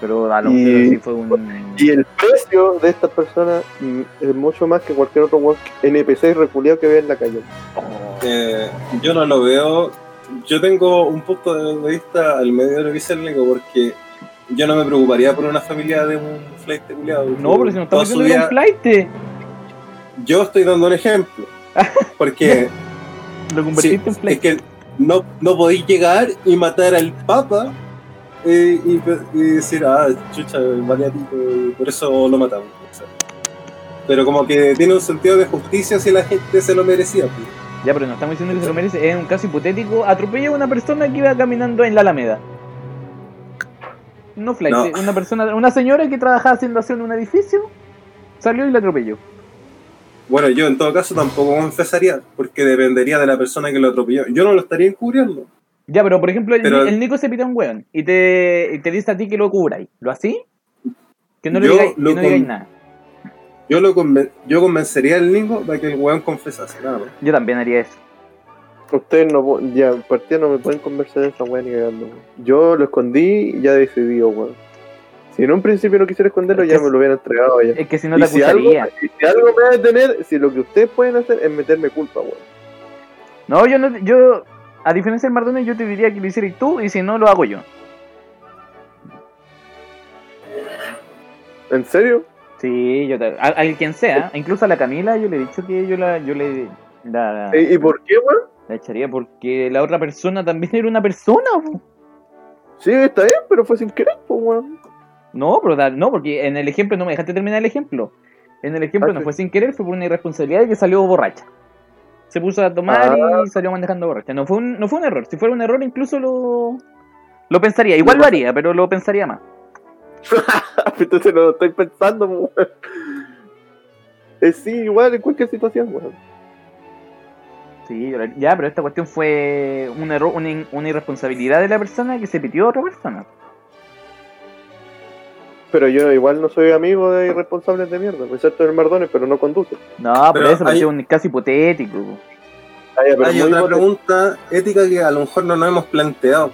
Speaker 1: Pero a lo
Speaker 4: Y-
Speaker 1: mejor sí fue un.
Speaker 4: Y el precio de estas personas mm, es mucho más que cualquier otro weón NPC reculeado que vea en la calle.
Speaker 1: Oh.
Speaker 5: Eh, yo no lo veo. Yo tengo un punto de vista al medio de lo que dice el Nico, porque yo no me preocuparía por una familia de un flight de culiao.
Speaker 1: No, pero si no
Speaker 5: Toda
Speaker 1: estamos
Speaker 5: su
Speaker 1: haciendo un
Speaker 5: vida-
Speaker 1: flight. eh.
Speaker 5: Yo estoy dando un
Speaker 1: [LAUGHS]
Speaker 5: ejemplo. Porque
Speaker 1: Lo
Speaker 5: sí,
Speaker 1: convertiste en
Speaker 5: es
Speaker 1: flight.
Speaker 5: que no, no podéis llegar y matar al Papa eh, y, pe- y decir, ah, chucha, vale a ti, eh, por eso lo matamos. o sea. Pero como que tiene un sentido de justicia si la gente se lo merecía. pues.
Speaker 1: Ya, pero no estamos diciendo que se lo merece. Es un caso hipotético. Atropella a una persona que iba caminando en la Alameda. No flight,
Speaker 5: No.
Speaker 1: eh, una persona, una señora que trabajaba haciendo aseo en un edificio, salió y la atropelló.
Speaker 5: Bueno, yo en todo caso tampoco confesaría, porque dependería de la persona que lo atropelló. Yo no lo estaría encubriendo.
Speaker 1: Ya, pero por ejemplo, el,
Speaker 5: Pero-
Speaker 1: el Nico se pita un weón y te, y te dice a ti que lo cubráis. ¿Lo así? Que no le
Speaker 5: Yo
Speaker 1: digáis, que
Speaker 5: lo
Speaker 1: no digáis
Speaker 5: con-
Speaker 1: nada.
Speaker 5: Yo lo conven- yo convencería al Lingo para que el weón confesase, nada más.
Speaker 1: Yo también haría eso.
Speaker 4: Ustedes no, po- ya, partida no me pueden conversar de esa weá ni cagando. weón. Yo lo escondí y ya decidió, weón. Si en un principio no quisiera esconderlo,
Speaker 1: Es
Speaker 4: ya
Speaker 1: que-
Speaker 4: me lo hubieran entregado ya.
Speaker 1: Es que si no
Speaker 4: Y
Speaker 1: te
Speaker 4: si algo-
Speaker 1: acusaría.
Speaker 4: Y si algo me va a detener, si lo que ustedes pueden hacer es meterme culpa, weón.
Speaker 1: No, yo no, yo, a diferencia del Mardone, yo te diría que lo hicieras tú y si no, lo hago yo.
Speaker 4: ¿En serio?
Speaker 1: Sí, yo te- a, al quien sea, incluso a la Camila yo le he dicho que yo la yo le la,
Speaker 4: ¿Y, y por qué, weón?
Speaker 1: la echaría porque la otra [LAUGHS] persona también era una persona. po.
Speaker 4: Sí, está bien, pero fue sin querer, pues, weón.
Speaker 1: No, pero da- no, porque en el ejemplo no me dejaste terminar el ejemplo. En el ejemplo
Speaker 4: Ah,
Speaker 1: no
Speaker 4: sí.
Speaker 1: fue sin querer, fue por una irresponsabilidad que salió borracha. Se puso a tomar
Speaker 4: Ah.
Speaker 1: y salió manejando borracha. No fue un, no fue un error. Si fuera un error, incluso lo, lo pensaría. Igual lo haría, pero lo pensaría más.
Speaker 4: [LAUGHS] Entonces lo estoy pensando, weón. Eh, sí, igual en cualquier situación, weón.
Speaker 1: Sí, yo la- ya, pero esta cuestión fue un error, una, in- una irresponsabilidad de la persona que se pitió a otra persona.
Speaker 4: Pero yo igual no soy amigo de irresponsables de mierda, pues, excepto el Mardones, pero no conduce.
Speaker 1: No, pero,
Speaker 5: Pero
Speaker 1: eso
Speaker 5: hay-
Speaker 1: es un caso hipotético.
Speaker 4: Ah, ya, pero
Speaker 5: Hay
Speaker 4: muy
Speaker 5: otra
Speaker 4: hipotético.
Speaker 5: pregunta ética que a lo mejor no nos hemos planteado.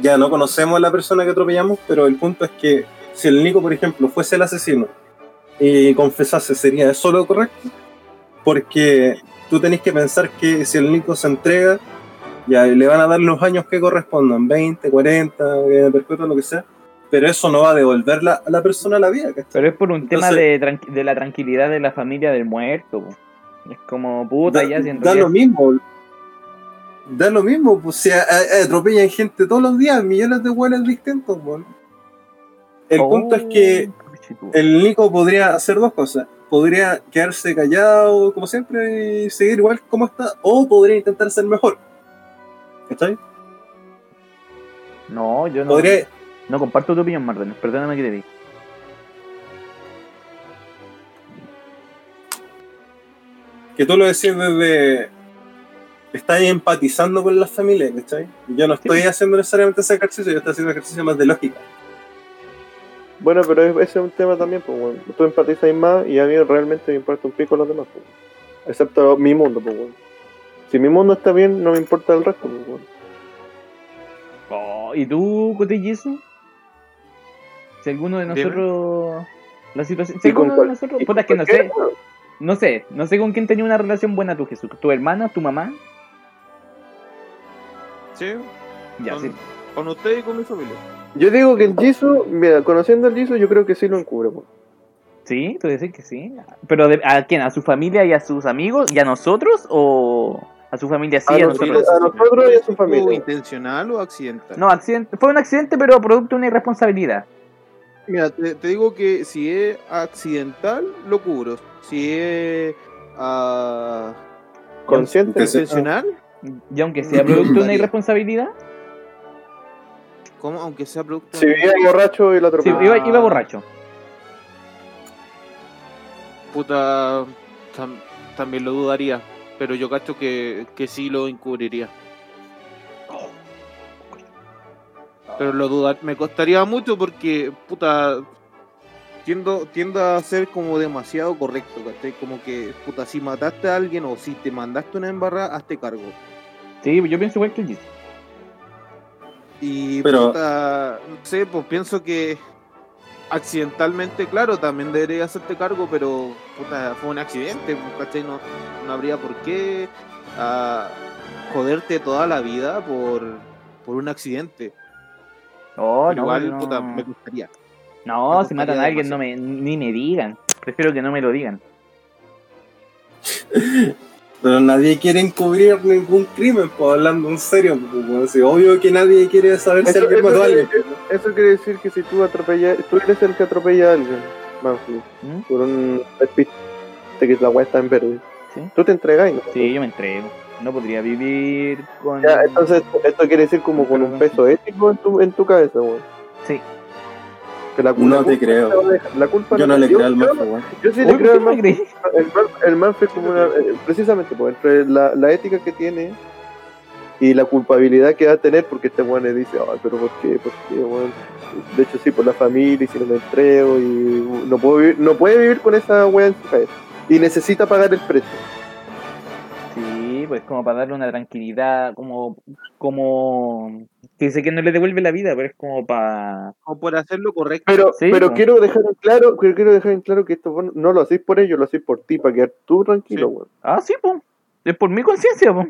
Speaker 5: Ya no conocemos a la persona que atropellamos, pero el punto es que si el Nico, por ejemplo, fuese el asesino y confesase, ¿sería eso lo correcto? Porque tú tenés que pensar que si el Nico se entrega, ya le van a dar los años que correspondan, 20, 40, eh, perpetua, lo que sea, pero eso no va a devolver la- a la persona a la vida. ¿cachai?
Speaker 1: Pero es por un
Speaker 5: Entonces-
Speaker 1: tema de, tranqui- de la tranquilidad de la familia del muerto. po. Es como, puta,
Speaker 5: da,
Speaker 1: ya si en
Speaker 5: da
Speaker 1: realidad-
Speaker 5: lo mismo. Da lo mismo, pues si a- a- atropellan gente todos los días, millones de hueones distintos, weón. El
Speaker 1: Oh,
Speaker 5: punto es que
Speaker 1: conchetumare.
Speaker 5: el Nico podría hacer dos cosas. Podría quedarse callado, como siempre, y seguir igual como está, o podría intentar ser mejor. ¿Cachai?
Speaker 1: No, yo no,
Speaker 5: Podría,
Speaker 1: no comparto tu opinión, Marden. Perdóname que te diga.
Speaker 5: que tú lo decís desde. Estás empatizando con las familias, ¿cachai? Yo no estoy haciendo necesariamente ese ejercicio, yo estoy haciendo ejercicio más de lógica.
Speaker 4: Bueno, pero es- ese es un tema también, pues, weón. Tú empatizas más y a mí realmente me importa un pico los demás, pues, weón. Excepto mi mundo, pues, weón. Si mi mundo está bien, no me importa el resto, pues, weón.
Speaker 1: Oh, ¿Y tú, Cote Yesu? Si alguno de
Speaker 6: Dime.
Speaker 1: nosotros. La situación. Si
Speaker 4: Y con
Speaker 1: alguno de
Speaker 4: cual-
Speaker 1: nosotros.
Speaker 4: y
Speaker 1: Puta,
Speaker 4: con
Speaker 1: es que no
Speaker 4: cualquiera,
Speaker 1: sé.
Speaker 4: weón.
Speaker 1: No sé. No sé con quién tenía una relación buena tú, Jesús. ¿Tu hermana? ¿Tu mamá?
Speaker 2: ¿Sí?
Speaker 1: Ya,
Speaker 2: con,
Speaker 1: sí.
Speaker 2: con usted y con mi familia.
Speaker 4: Yo digo que el Jisoo, mira, conociendo al Jisoo, yo creo que sí lo encubre, pues.
Speaker 1: Sí, tú decís que sí. Pero de- ¿a quién? ¿A su familia y a sus amigos? ¿Y a nosotros? ¿O a su familia sí?
Speaker 4: a,
Speaker 1: A,
Speaker 4: nosotros,
Speaker 1: nosotros.
Speaker 4: a nosotros y a su
Speaker 2: ¿Fue
Speaker 4: familia.
Speaker 2: intencional o accidental?
Speaker 1: No, accidente. Fue un accidente, pero producto de una irresponsabilidad.
Speaker 2: Mira, te, te digo que si es accidental, lo cubro. Si es ah,
Speaker 4: Consciente.
Speaker 5: Entonces-
Speaker 2: intencional,
Speaker 1: Y aunque sea producto de una
Speaker 2: Varía.
Speaker 1: irresponsabilidad.
Speaker 2: como aunque sea producto.
Speaker 4: Si vivía borracho y lo
Speaker 1: Sí,
Speaker 4: atropelló.
Speaker 1: iba, iba borracho.
Speaker 2: Puta, tam- también lo dudaría. Pero yo cacho que, que sí lo encubriría. Pero lo dudar me costaría mucho porque, puta, tiendo, tiendo a ser como demasiado correcto, ¿cachai? Como que, puta, si mataste a alguien o si te mandaste una embarrada, hazte cargo.
Speaker 1: Sí, yo pienso igual que el Jisoo.
Speaker 2: Y
Speaker 5: Pero-
Speaker 2: puta, no sé, pues pienso que accidentalmente, claro, también debería hacerte cargo, pero puta, fue un accidente, pues, ¿cachai? No, no habría por qué ah, joderte toda la vida por, por un accidente.
Speaker 1: Oh, no,
Speaker 2: Pero igual,
Speaker 1: no.
Speaker 2: puta, me gustaría.
Speaker 1: No,
Speaker 2: Me
Speaker 1: si matan a
Speaker 2: gustaría
Speaker 1: alguien no me, ni me digan. Prefiero que no me lo digan.
Speaker 5: Pero nadie quiere encubrir ningún crimen, pues hablando en serio. pues, weón. Sí, obvio que nadie quiere saber si
Speaker 4: Eso-
Speaker 5: alguien
Speaker 4: eso
Speaker 5: mató a alguien.
Speaker 4: quiere- Eso quiere decir que si tú atropellas, tú eres el que atropella a alguien, Manfred,
Speaker 1: ¿Mm?
Speaker 4: por un despiste que la weá está en verde.
Speaker 1: Sí.
Speaker 4: Tú te entregáis, ¿no?
Speaker 1: Sí, yo me entrego. No podría vivir con.
Speaker 4: Ya, entonces, esto quiere decir como con un peso ético en tu, en tu cabeza, weón.
Speaker 1: Sí.
Speaker 4: Que la,
Speaker 5: No
Speaker 4: la
Speaker 5: te
Speaker 4: culpa
Speaker 5: creo.
Speaker 4: te va a dejar- La culpa
Speaker 5: Yo no le creo al mafio,
Speaker 4: Manfred.
Speaker 5: weón.
Speaker 4: Yo sí
Speaker 1: Uy,
Speaker 4: le
Speaker 1: ¿por
Speaker 4: creo
Speaker 1: qué no
Speaker 4: al
Speaker 1: me
Speaker 4: Manfred.
Speaker 1: creí?
Speaker 4: El, Manf- el Manfred como una, eh, precisamente pues, entre la, la ética que tiene y la culpabilidad que va a tener porque este weón le dice, ay, pero ¿por qué? ¿Por qué, weón? De hecho sí, por la familia y si no me entrego y uh, no puedo vivir, no puede vivir con esa weá en su cabeza. Y necesita pagar el precio.
Speaker 1: Sí, pues como para darle una tranquilidad, como. como que sé que no le devuelve la vida, pero es como para.
Speaker 2: O por hacerlo correcto.
Speaker 4: Pero,
Speaker 1: Sí,
Speaker 4: pero
Speaker 1: po.
Speaker 4: quiero dejar en claro, pero quiero dejar en claro que esto vos no lo hacéis por ellos, lo hacéis por ti, para quedar tú tranquilo,
Speaker 2: Sí.
Speaker 4: weón.
Speaker 1: Ah, sí, pues. Es por mi conciencia, pues.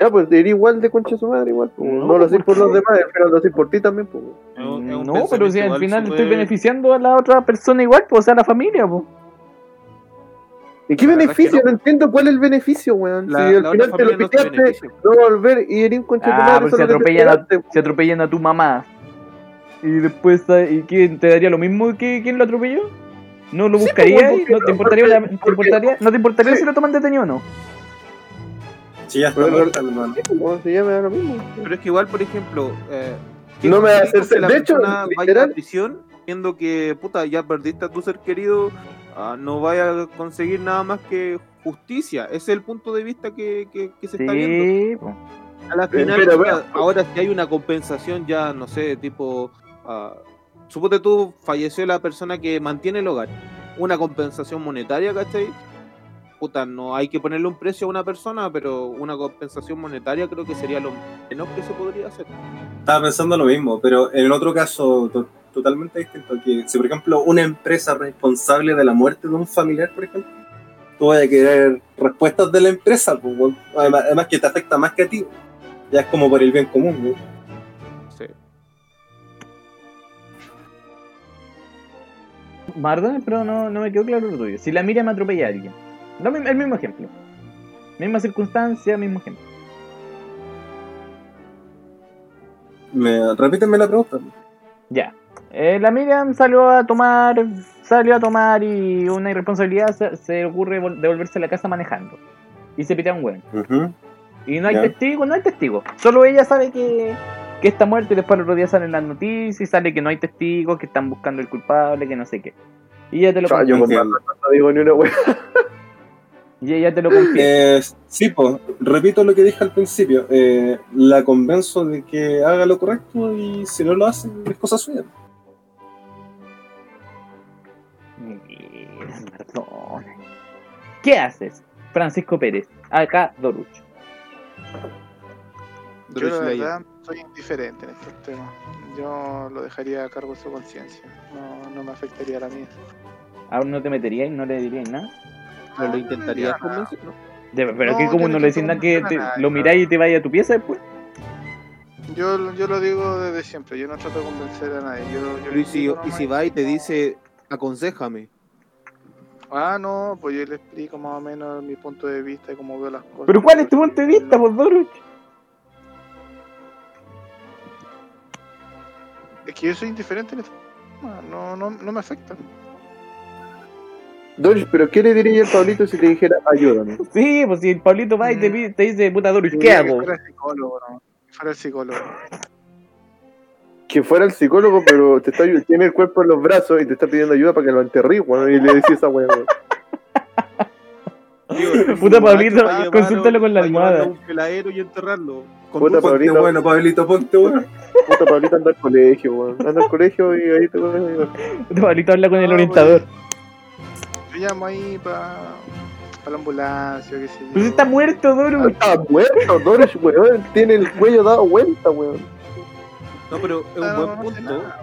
Speaker 4: Ya, pues eres igual de concha su madre, igual, po.
Speaker 1: No,
Speaker 4: no, lo hacéis
Speaker 1: ¿por
Speaker 4: por los demás, pero lo hacéis por ti también, pues.
Speaker 2: Es un- es un
Speaker 1: No, pero si
Speaker 2: pensamiento
Speaker 1: al final
Speaker 2: igual
Speaker 1: estoy
Speaker 2: súper-
Speaker 1: beneficiando a la otra persona igual, pues, o sea, a la familia, pues.
Speaker 4: ¿Y qué
Speaker 2: La verdad
Speaker 4: beneficio?
Speaker 2: es que
Speaker 4: No.
Speaker 2: no.
Speaker 4: entiendo cuál es el beneficio, weón.
Speaker 2: La,
Speaker 4: si al
Speaker 2: la otra
Speaker 4: final te
Speaker 2: familia
Speaker 4: lo
Speaker 2: no te
Speaker 4: picaste,
Speaker 2: beneficia.
Speaker 4: no va a volver y eres un concha de tu
Speaker 1: Ah,
Speaker 4: madre,
Speaker 1: pero si
Speaker 4: solo que te
Speaker 1: atropellan, a,
Speaker 4: quedaste,
Speaker 1: si atropellan a tu mamá. Y después, ¿sabes? ¿y quién te daría lo mismo que quien lo atropelló? ¿No lo buscaría?
Speaker 4: pues,
Speaker 1: ¿No te
Speaker 4: porque-
Speaker 1: importaría, la- te
Speaker 4: porque-
Speaker 1: importaría, ¿no te importaría
Speaker 4: Sí.
Speaker 1: si lo toman detenido o no?
Speaker 5: Si ya está
Speaker 4: Pero-
Speaker 5: muerta, hermano.
Speaker 4: Sí, como si ya me da lo mismo.
Speaker 2: Pero es que igual, por ejemplo, eh,
Speaker 4: No me va a hacer
Speaker 2: que la
Speaker 4: ser- de hecho,
Speaker 2: persona vaya a
Speaker 4: literal.
Speaker 2: prisión, viendo que, puta, ya perdiste a tu ser querido, ah, no vaya a conseguir nada más que justicia. Ese es el punto de vista que, que- que se está viendo.
Speaker 1: Sí, po.
Speaker 2: A la final,
Speaker 4: Pero,
Speaker 2: puta,
Speaker 4: pero-
Speaker 2: ahora si hay una compensación ya, no sé, tipo, ah, suponte tú, falleció la persona que mantiene el hogar. Una compensación monetaria, ¿cachai? Puta, no hay que ponerle un precio a una persona, pero una compensación monetaria creo que sería lo menos que se podría hacer.
Speaker 5: Estaba pensando lo mismo, pero en el otro caso to- totalmente distinto. Que si, por ejemplo, una empresa responsable de la muerte de un familiar, por ejemplo, tú vas a querer respuestas de la empresa, pues, weón. además, además que te afecta más que a ti. Ya es como por el bien común, weón.
Speaker 2: Sí.
Speaker 1: Perdón, pero no, no me quedó claro lo tuyo. Si la mira me atropella a alguien. Lo mi- el mismo ejemplo. Misma circunstancia, mismo ejemplo.
Speaker 5: Me, repíteme la pregunta.
Speaker 1: Ya. Eh, la Miriam salió a tomar, salió a tomar y una irresponsabilidad se, se ocurre vol- devolverse a la casa manejando. Y se pitea un hueón.
Speaker 5: Ujú.
Speaker 1: Y no hay
Speaker 5: Ya.
Speaker 1: testigo, no hay testigo. Solo ella sabe que, que está muerta y después al otro día salen las noticias y sale que no hay testigos, que están buscando el culpable, que no sé qué. Y ella te lo,
Speaker 4: Chao, yo
Speaker 1: confirma.
Speaker 4: con
Speaker 5: Entiendo.
Speaker 4: Marta no digo ni una wea.
Speaker 1: y ella te lo confía.
Speaker 5: Eh, sí, pues, repito lo que dije al principio. eh, la convenzo de que haga lo correcto y si no lo hace, es cosa suya.
Speaker 1: Mira, perdona. Mm, ¿Qué haces, Francisco Pérez? Acá, Dorucho.
Speaker 6: Yo la verdad soy indiferente en estos temas. Yo lo dejaría a cargo de su conciencia. No, no me afectaría la mía.
Speaker 1: Aún Ah, no te meterías y no le dirías nada.
Speaker 2: Pero lo
Speaker 6: No,
Speaker 2: intentarías
Speaker 6: Ah, no me diría
Speaker 2: convencer, ¿no?
Speaker 1: De- pero
Speaker 6: No,
Speaker 1: que como
Speaker 6: yo no
Speaker 1: no le decís
Speaker 6: quiero
Speaker 1: nada que
Speaker 6: convencer
Speaker 1: te-
Speaker 6: a nadie,
Speaker 1: lo
Speaker 6: no.
Speaker 1: miráis y te vayas a tu pieza después.
Speaker 6: Yo, yo lo digo desde siempre. Yo no trato de convencer a nadie. Yo, yo
Speaker 2: Pero y si,
Speaker 6: digo
Speaker 2: y si
Speaker 6: nomás,
Speaker 2: va y te
Speaker 6: no.
Speaker 2: dice, aconsejame.
Speaker 6: Ah, no, pues yo le explico más o menos mi punto de vista y cómo veo las cosas.
Speaker 1: Pero ¿cuál es tu punto de vista, por Dorucho?
Speaker 6: Es que yo soy indiferente en estos temas. No, no, no me afecta.
Speaker 4: Doris, pero ¿qué le diría al Pablito si te dijera ayúdame?
Speaker 1: Sí, pues si el Pablito va y te,
Speaker 6: Mm.
Speaker 1: pide- te dice, puta Dorucho, ¿qué
Speaker 6: Tendría que
Speaker 1: hago?
Speaker 6: fuera el psicólogo, ¿no? Que fuera el psicólogo.
Speaker 4: Que fuera el psicólogo, pero te está, ayu- tiene el cuerpo en los brazos y te está pidiendo ayuda para que lo enterrí, weón, y le decís esa wea, weón.
Speaker 1: [LAUGHS] Puta, Pablito,
Speaker 2: Va a llevarlo-
Speaker 1: consúltalo con la
Speaker 2: va a llevarlo
Speaker 1: almohada.
Speaker 2: a Un peladero y enterrarlo. Con
Speaker 4: Puta,
Speaker 2: dulce.
Speaker 4: Pablito.
Speaker 5: Ponte bueno, Pablito, ponte bueno.
Speaker 4: Puta Pablito anda al colegio, weón. Anda al colegio y ahí te voy a ayudar.
Speaker 1: [LAUGHS] El Pablito habla con el
Speaker 6: No,
Speaker 1: orientador.
Speaker 6: Yo llamo ahí para la ambulancia, qué sé yo.
Speaker 1: Pues está muerto, Dorucho.
Speaker 4: Está muerto, Doris, weón. Tiene el cuello dado vuelta, weón.
Speaker 2: No, pero es un
Speaker 6: Ah, No,
Speaker 2: buen
Speaker 6: no hace
Speaker 2: punto.
Speaker 6: nada.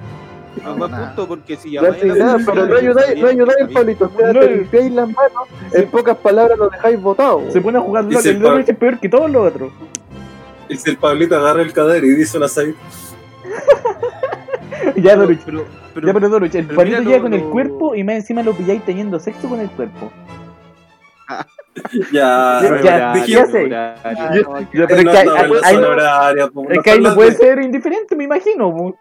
Speaker 2: Es
Speaker 6: No
Speaker 2: un buen
Speaker 6: hace nada.
Speaker 2: punto porque si
Speaker 4: No
Speaker 2: llamáis
Speaker 4: hacéis
Speaker 2: a la
Speaker 4: nada,
Speaker 2: policía,
Speaker 4: pero no ayudáis, no ayudáis al Pablito. O sea,
Speaker 1: No.
Speaker 4: te limpiáis las manos, en pocas palabras lo dejáis botado. weón.
Speaker 1: Se pone a jugar
Speaker 5: Y
Speaker 1: LOL.
Speaker 5: si
Speaker 1: El
Speaker 5: el
Speaker 1: Dorucho es peor que todos los otros. [LAUGHS]
Speaker 5: Y si el Pablito agarra el cadáver y dice una saída,
Speaker 1: Ya,
Speaker 2: Pero,
Speaker 1: Dorucho.
Speaker 2: pero,
Speaker 1: Ya, pero Dorucho, el
Speaker 2: pero
Speaker 1: Pablito
Speaker 2: mira
Speaker 1: llega
Speaker 2: lo-
Speaker 1: con el
Speaker 2: lo-
Speaker 1: cuerpo y más encima lo pilláis teniendo sexo con el cuerpo.
Speaker 5: ya.
Speaker 1: Ya, ya, ya
Speaker 5: dijimos,
Speaker 1: sé.
Speaker 6: Ah, no, hay que-
Speaker 1: Ya, pero es
Speaker 5: no
Speaker 1: que ahí-
Speaker 5: estamos en la
Speaker 1: ahí-
Speaker 5: zona
Speaker 1: ahí-
Speaker 5: horaria, po,
Speaker 1: Es
Speaker 5: no
Speaker 1: que ahí no
Speaker 5: estamos
Speaker 1: puede
Speaker 5: hablando-
Speaker 1: ser indiferente, me imagino. po.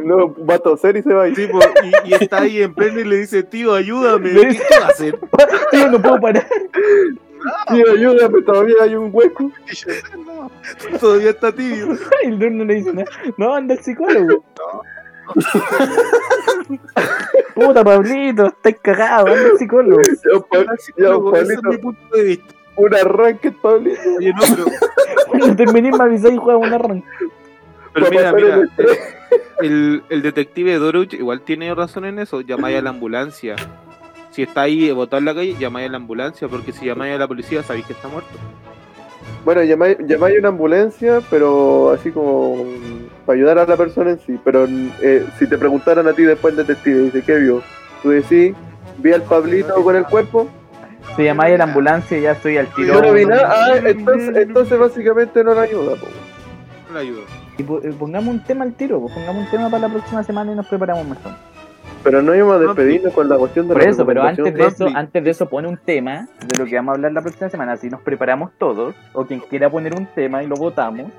Speaker 4: No, va a toser y se va a ir.
Speaker 2: tipo, y, y está ahí en pleno y le dice, tío,
Speaker 1: [LAUGHS]
Speaker 2: ayúdame.
Speaker 1: Le
Speaker 2: ¿Qué
Speaker 1: dice-
Speaker 2: vas a hacer?
Speaker 1: Yo no puedo parar. [LAUGHS]
Speaker 4: Tío, ayúdame, todavía hay un hueco.
Speaker 6: No,
Speaker 2: Todavía está tibio.
Speaker 1: El don no le dice nada. No, anda el psicólogo. Puta, Pablito, estás cagado, anda el psicólogo.
Speaker 4: [LAUGHS] Ya, pa- ya,
Speaker 2: Loco, ese es mi
Speaker 4: Pablito,
Speaker 2: punto de vista.
Speaker 4: un arranque, Pablito.
Speaker 2: Oye, no, pero,
Speaker 1: Cuando terminéis me avisáis y jugamos un arranque.
Speaker 2: pero
Speaker 4: Pa'
Speaker 2: mira,
Speaker 4: pasar
Speaker 2: mira.
Speaker 4: el estrés.
Speaker 2: El, el detective Doruch igual tiene razón en eso. Llamáis a la ambulancia. Si está ahí botado en la calle, llamáis a la ambulancia. Porque si llamáis a la policía, sabéis que está muerto.
Speaker 4: Bueno, llamáis llamáis una ambulancia, pero así como para ayudar a la persona en sí. Pero eh, si te preguntaran a ti después el detective, dice, ¿qué vio? Tú decís, vi al Pablito con el cuerpo.
Speaker 1: Se llamáis a la ambulancia y ya estoy al
Speaker 4: Yo no
Speaker 1: tiro.
Speaker 4: vi nada. Ah, entonces, entonces básicamente no la ayuda. po.
Speaker 2: No le ayudo.
Speaker 1: Y po- eh, pongamos un tema al tiro, po. pongamos un tema para la próxima semana y nos preparamos mejor.
Speaker 4: Pero no íbamos a despedirnos con la cuestión de
Speaker 1: Por
Speaker 4: la
Speaker 1: eso, pero
Speaker 4: recomendación.
Speaker 1: antes de eso,
Speaker 2: Netflix.
Speaker 1: antes de eso pone un tema de lo que vamos a hablar la próxima semana, así nos preparamos todos, o quien quiera poner un tema y lo votamos.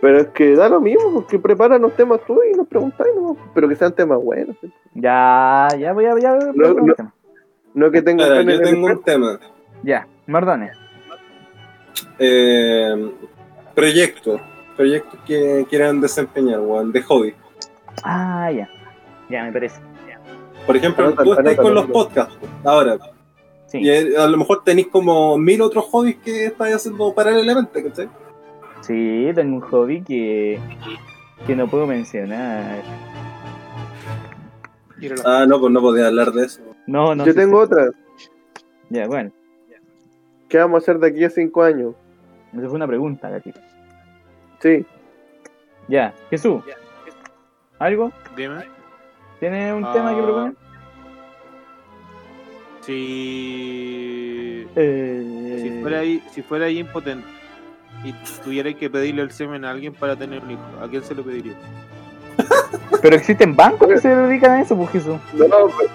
Speaker 4: Pero es que da lo mismo, porque preparan los temas tú y nos preguntáis, ¿no? pero que sean temas buenos.
Speaker 1: Ya, ya voy a. Ya, voy a-
Speaker 4: No, no. No que tengan
Speaker 5: Ahora,
Speaker 4: pene
Speaker 5: yo
Speaker 4: en el
Speaker 5: tengo un
Speaker 4: cuerpo.
Speaker 5: tema.
Speaker 1: ya Mardones.
Speaker 5: Eh, proyectos. Proyectos que quieran desempeñar, weón, de hobby.
Speaker 1: Ah, ya. Ya, me parece.
Speaker 5: Por ejemplo,
Speaker 4: Anótalo,
Speaker 5: tú estás
Speaker 4: anótalo,
Speaker 5: con los
Speaker 4: anótalo.
Speaker 5: podcasts ahora.
Speaker 1: Sí.
Speaker 5: Y eh, a lo mejor tenéis como mil otros hobbies que estáis haciendo paralelamente, ¿cachai?
Speaker 1: Sí, tengo un hobby que. que no puedo mencionar.
Speaker 6: Ir a la-
Speaker 5: Ah, no, pues no podía hablar de eso.
Speaker 1: No, no.
Speaker 4: Yo
Speaker 1: sí,
Speaker 4: tengo
Speaker 1: sí.
Speaker 4: otra.
Speaker 1: Ya, bueno.
Speaker 4: ¿Qué vamos a hacer de aquí a cinco años?
Speaker 1: Esa fue una pregunta, gatito.
Speaker 4: Sí.
Speaker 1: Ya, Jesús. ¿Algo?
Speaker 2: Dime.
Speaker 1: ¿Tienes un tema que
Speaker 2: Ah.
Speaker 1: proponer?
Speaker 2: Si,
Speaker 1: Eh,
Speaker 2: si, fuera ahí, si fuera ahí impotente y tuviera que pedirle el semen a alguien para tener un hijo, ¿a quién se lo pediría?
Speaker 1: Pero existen bancos que se dedican a eso, pues Jesús.
Speaker 4: No,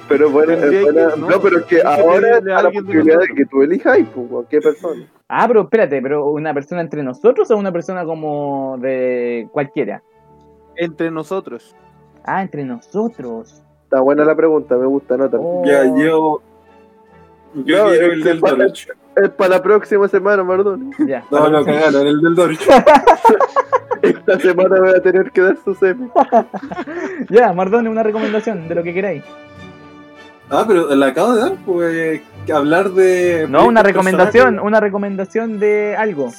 Speaker 4: pero bueno, es
Speaker 2: Tendría
Speaker 4: buena-
Speaker 2: que-
Speaker 4: no,
Speaker 2: no,
Speaker 4: pero es que
Speaker 2: tendría que
Speaker 4: ahora
Speaker 2: pedirle a
Speaker 4: está la
Speaker 2: alguien de
Speaker 4: posibilidad de
Speaker 2: nosotros.
Speaker 4: que tú elijas y pues, cualquier persona.
Speaker 1: Ah, pero espérate, pero una persona entre nosotros o una persona como de cualquiera.
Speaker 2: Entre nosotros.
Speaker 1: Ah, entre nosotros.
Speaker 4: Está buena la pregunta, me gusta, nota.
Speaker 1: Oh.
Speaker 5: Ya, yo. Yo
Speaker 4: No,
Speaker 1: eh,
Speaker 4: es
Speaker 5: quiero el
Speaker 1: [LAUGHS]
Speaker 4: que
Speaker 5: del
Speaker 4: falta-
Speaker 5: Dorch.
Speaker 4: Es para la próxima semana, [LAUGHS] Mardón.
Speaker 1: Oh, Ya.
Speaker 5: No, lo cagaron, el del Dorch.
Speaker 4: Esta semana voy a tener que dar su semen.
Speaker 1: Ya, Mardone, una recomendación de lo que queráis.
Speaker 5: Ah, pero la acabo de dar, pues. que Hablar de.
Speaker 1: No, una
Speaker 5: proyectos
Speaker 1: recomendación,
Speaker 5: personales.
Speaker 1: una recomendación de algo.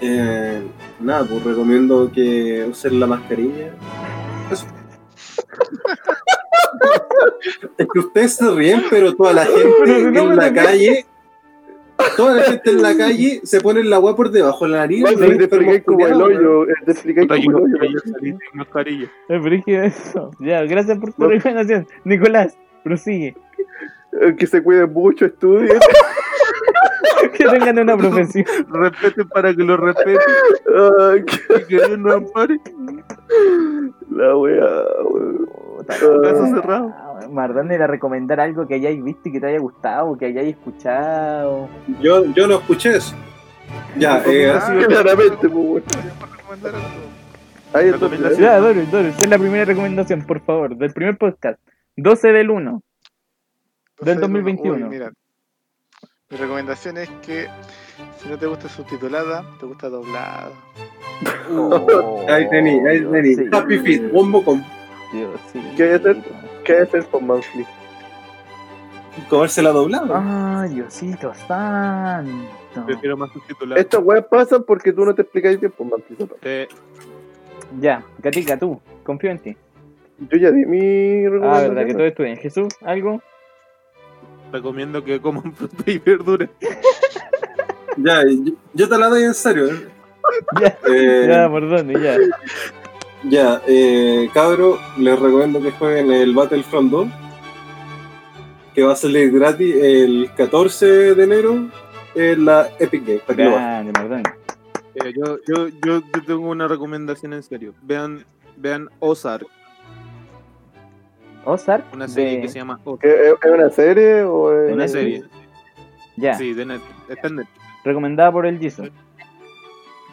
Speaker 5: Eh, nada, pues recomiendo que usen
Speaker 1: [LAUGHS]
Speaker 5: la mascarilla. Eso. es que ustedes se ríen, pero toda la gente
Speaker 1: Pero si no me
Speaker 5: en la
Speaker 1: lo-
Speaker 5: calle. Toda la gente en la calle se pone la agua por debajo de la nariz.
Speaker 4: Bueno,
Speaker 5: y
Speaker 4: y te expliqué como el
Speaker 5: culiados, weón.
Speaker 4: hoyo, eh, te expliqué como el hoyo.
Speaker 2: mascarilla.
Speaker 1: Es brígido eso. Ya, gracias por tu
Speaker 4: No.
Speaker 1: recomendación. Nicolás, [LAUGHS] prosigue.
Speaker 4: Eh, Que se cuiden mucho, estudien.
Speaker 1: Que tengan una profesión.
Speaker 2: Respeten para que lo respeten
Speaker 4: Ah,
Speaker 2: y que Dios nos ampare.
Speaker 4: La wea, weón.
Speaker 2: Caso
Speaker 4: Ah,
Speaker 2: cerrado.
Speaker 1: Mardone era recomendar algo que hayáis visto y que te haya gustado, que hayáis escuchado.
Speaker 5: Yo, yo no escuché eso. Ya, eh,
Speaker 2: Ah,
Speaker 5: así-
Speaker 4: Claramente, pues, weón.
Speaker 6: ¿Puedo recomendar algo?
Speaker 4: Ahí entonces.
Speaker 1: Ya, Doris, Doris, es la primera recomendación, por favor, del primer podcast. 12 del 1. Del
Speaker 6: Entonces,
Speaker 1: 2021.
Speaker 6: uy, mira, mi recomendación es que si no te gusta subtitulada, te gusta doblada.
Speaker 5: [LAUGHS] ahí tení, ahí tení. Happy Feet, bombo con
Speaker 1: Dios, sí.
Speaker 4: ¿Qué es el- ¿Qué hacer con Manfly?
Speaker 5: comérsela doblada.
Speaker 1: Ah, Diosito santo.
Speaker 2: Prefiero más subtitulado.
Speaker 4: Estas weas pasan porque tú no te explicáis bien, pues, Manfly. Zapata.
Speaker 2: Eh,
Speaker 1: Ya, Gatica, tú, confío en ti.
Speaker 4: Yo ya di mi
Speaker 1: Ah, verdad, que todo
Speaker 4: recomendación.
Speaker 1: estudian. Jesús,
Speaker 4: [LAUGHS]
Speaker 1: ¿algo?
Speaker 2: recomiendo que coman [LAUGHS] fruta y verdura.
Speaker 5: Ya, yo, yo te la doy en serio. eh.
Speaker 1: Ya,
Speaker 5: Eh,
Speaker 1: ya, perdón,
Speaker 4: [LAUGHS]
Speaker 1: ya.
Speaker 5: Ya, eh, cabro, les recomiendo que jueguen el Battlefront 2, que va a salir gratis el 14 de enero en la Epic Games. para que lo
Speaker 1: Grande,
Speaker 5: bajen.
Speaker 1: perdón.
Speaker 2: Eh, yo, yo, yo, yo tengo una recomendación en serio. Vean, vean Ozark,
Speaker 1: Ozark.
Speaker 2: una serie
Speaker 1: de-
Speaker 2: que se llama Ozark.
Speaker 4: ¿Es es una serie o es
Speaker 2: Una serie.
Speaker 1: Ya,
Speaker 2: Sí, de Netflix. Está en Netflix.
Speaker 1: recomendada por el Jisoo.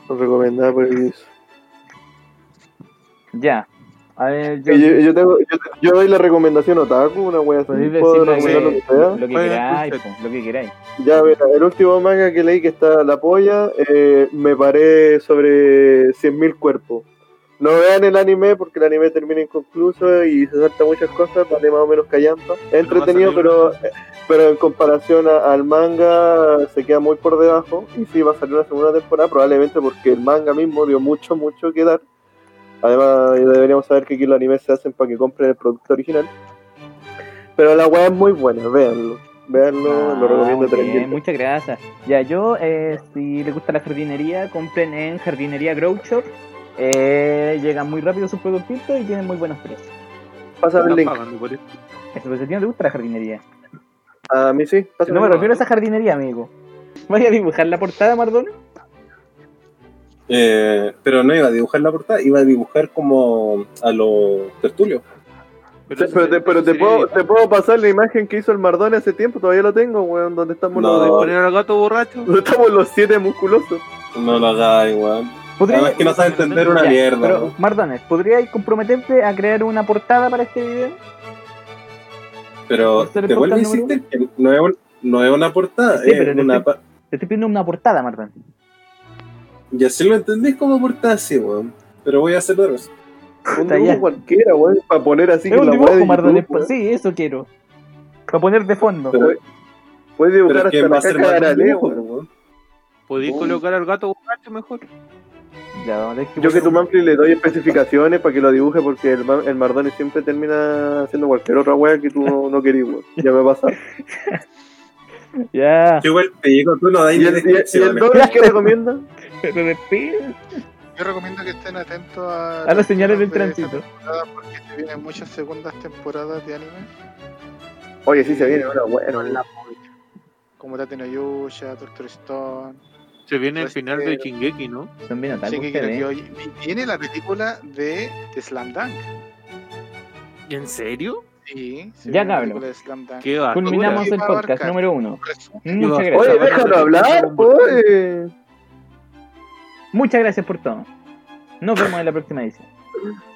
Speaker 4: recomendada por el
Speaker 1: Ya. A ver, yo.
Speaker 4: Yo, yo, tengo, yo, yo doy la recomendación otaku, una wea así.
Speaker 1: Podéis
Speaker 4: Puedo
Speaker 1: decirme
Speaker 4: recomendar lo que sea.
Speaker 1: lo, lo que
Speaker 2: Jueguen
Speaker 1: queráis,
Speaker 2: Cuphead.
Speaker 1: po, lo que queráis.
Speaker 4: Ya, mira, el último manga que leí que está la polla, eh, me paré sobre 100.000 cuerpos. No vean el anime porque el anime termina inconcluso y se salta muchas cosas, vale más o menos callampa. Es entretenido, pero, eh, pero en comparación a- al manga se queda muy por debajo. Y sí, va a salir una segunda temporada, probablemente porque el manga mismo dio mucho, mucho que dar. Además, eh, deberíamos saber que aquí los animes se hacen para que compren el producto original. Pero la weá es muy buena, véanlo. Véanlo,
Speaker 1: Ah,
Speaker 4: lo recomiendo
Speaker 1: muy bien,
Speaker 4: tremendamente.
Speaker 1: Muchas gracias. Ya, yo, eh, si les gusta la jardinería, compren en Jardinería Grow Shop. Eh, llegan muy rápido sus productitos y tienen muy buenos precios.
Speaker 4: Pásame el
Speaker 2: Están
Speaker 4: link.
Speaker 2: pagando por esto.
Speaker 1: Eso, pues, a ti no te gusta la jardinería.
Speaker 4: A mí sí, pásame
Speaker 1: No me
Speaker 4: el link.
Speaker 1: refiero a esa jardinería, amigo. Vaya a dibujar la portada, Mardona.
Speaker 5: Eh, pero no iba a dibujar la portada, iba a dibujar como a los tertulios.
Speaker 4: Sí, pero te, pero te
Speaker 2: sería
Speaker 4: puedo,
Speaker 2: bien.
Speaker 4: te puedo pasar la imagen que hizo el Mardone hace tiempo, todavía lo tengo, weón, donde estamos,
Speaker 5: No.
Speaker 4: los,
Speaker 1: Uh.
Speaker 2: Poner al gato borracho.
Speaker 4: donde estamos los siete musculosos.
Speaker 5: No lo haga igual.
Speaker 1: Podría-
Speaker 5: Además que no sabes entender una
Speaker 1: Ya,
Speaker 5: mierda.
Speaker 1: Pero,
Speaker 5: ¿no?
Speaker 1: Mardones, ¿podrías comprometerte a crear una portada para este video?
Speaker 5: Pero
Speaker 1: ¿Este
Speaker 5: te vuelvo a
Speaker 1: podcast número
Speaker 5: insistir que no es, un- no es una portada,
Speaker 1: Sí, pero
Speaker 5: es
Speaker 1: te
Speaker 5: una
Speaker 1: estoy-
Speaker 5: pa-
Speaker 1: Te estoy pidiendo una portada, Mardones.
Speaker 5: Y así lo entendés como portada, sí, weón. Pero voy a hacer otra cosa.
Speaker 4: Un
Speaker 1: Está
Speaker 4: dibujo
Speaker 1: ya.
Speaker 4: cualquiera, weón, para poner así
Speaker 1: Es un
Speaker 4: la weá
Speaker 1: dibujo,
Speaker 4: de
Speaker 1: Mardones.
Speaker 4: YouTube, weón.
Speaker 1: Sí, eso quiero. Para poner de fondo.
Speaker 5: Pero,
Speaker 4: Puedes
Speaker 5: pero
Speaker 4: dibujar
Speaker 5: es que
Speaker 4: hasta
Speaker 5: va a
Speaker 4: la
Speaker 5: ser
Speaker 4: caca de
Speaker 5: más
Speaker 4: Arale,
Speaker 5: dibujo,
Speaker 4: weón.
Speaker 5: weón.
Speaker 2: ¿Podéis
Speaker 5: Uy.
Speaker 2: colocar al gato borracho mejor?
Speaker 1: Ya, vamos a tener
Speaker 4: Yo que
Speaker 1: poner
Speaker 4: tu
Speaker 1: un-
Speaker 4: Manfred le doy especificaciones para que lo dibuje porque el, Ma- el Mardones siempre termina haciendo cualquier otra weá que tú no, no querís, weón. Ya me
Speaker 5: [LAUGHS]
Speaker 4: pasa.
Speaker 1: Ya.
Speaker 5: Yo igual te digo, tú no dais
Speaker 4: ¿Y
Speaker 5: ni
Speaker 4: el, y el, y el
Speaker 5: descripciones.
Speaker 4: doble que recomienda?
Speaker 1: Pero despide.
Speaker 6: Yo recomiendo que estén atentos a,
Speaker 1: A las señales del
Speaker 6: de esta
Speaker 1: tránsito.
Speaker 6: temporada Porque se vienen muchas segundas temporadas de anime.
Speaker 4: Oye, sí se viene ahora, bueno.
Speaker 6: la polla. Como Tate no Yusha, Doctor Stone.
Speaker 2: Se viene el
Speaker 6: Pues,
Speaker 2: final
Speaker 6: eh,
Speaker 2: de Shingeki, ¿no?
Speaker 1: Son bien otakus
Speaker 6: Shingeki no
Speaker 1: ustedes, ¿eh?
Speaker 6: Kyojin. Y Viene la película de, de Slam Dunk.
Speaker 2: ¿En serio?
Speaker 6: Sí, sí,
Speaker 1: Ya,
Speaker 6: viene la
Speaker 1: cabrón.
Speaker 6: película de Slam Dunk.
Speaker 2: Qué va.
Speaker 1: Culminamos el
Speaker 6: Cultura.
Speaker 1: podcast número uno. Muchas
Speaker 2: Oye,
Speaker 1: gracias.
Speaker 4: Oye,
Speaker 2: Esa
Speaker 4: déjalo
Speaker 2: weá
Speaker 4: hablar,
Speaker 2: no-
Speaker 4: oye.
Speaker 1: Muchas gracias por todo. Nos vemos en la próxima edición.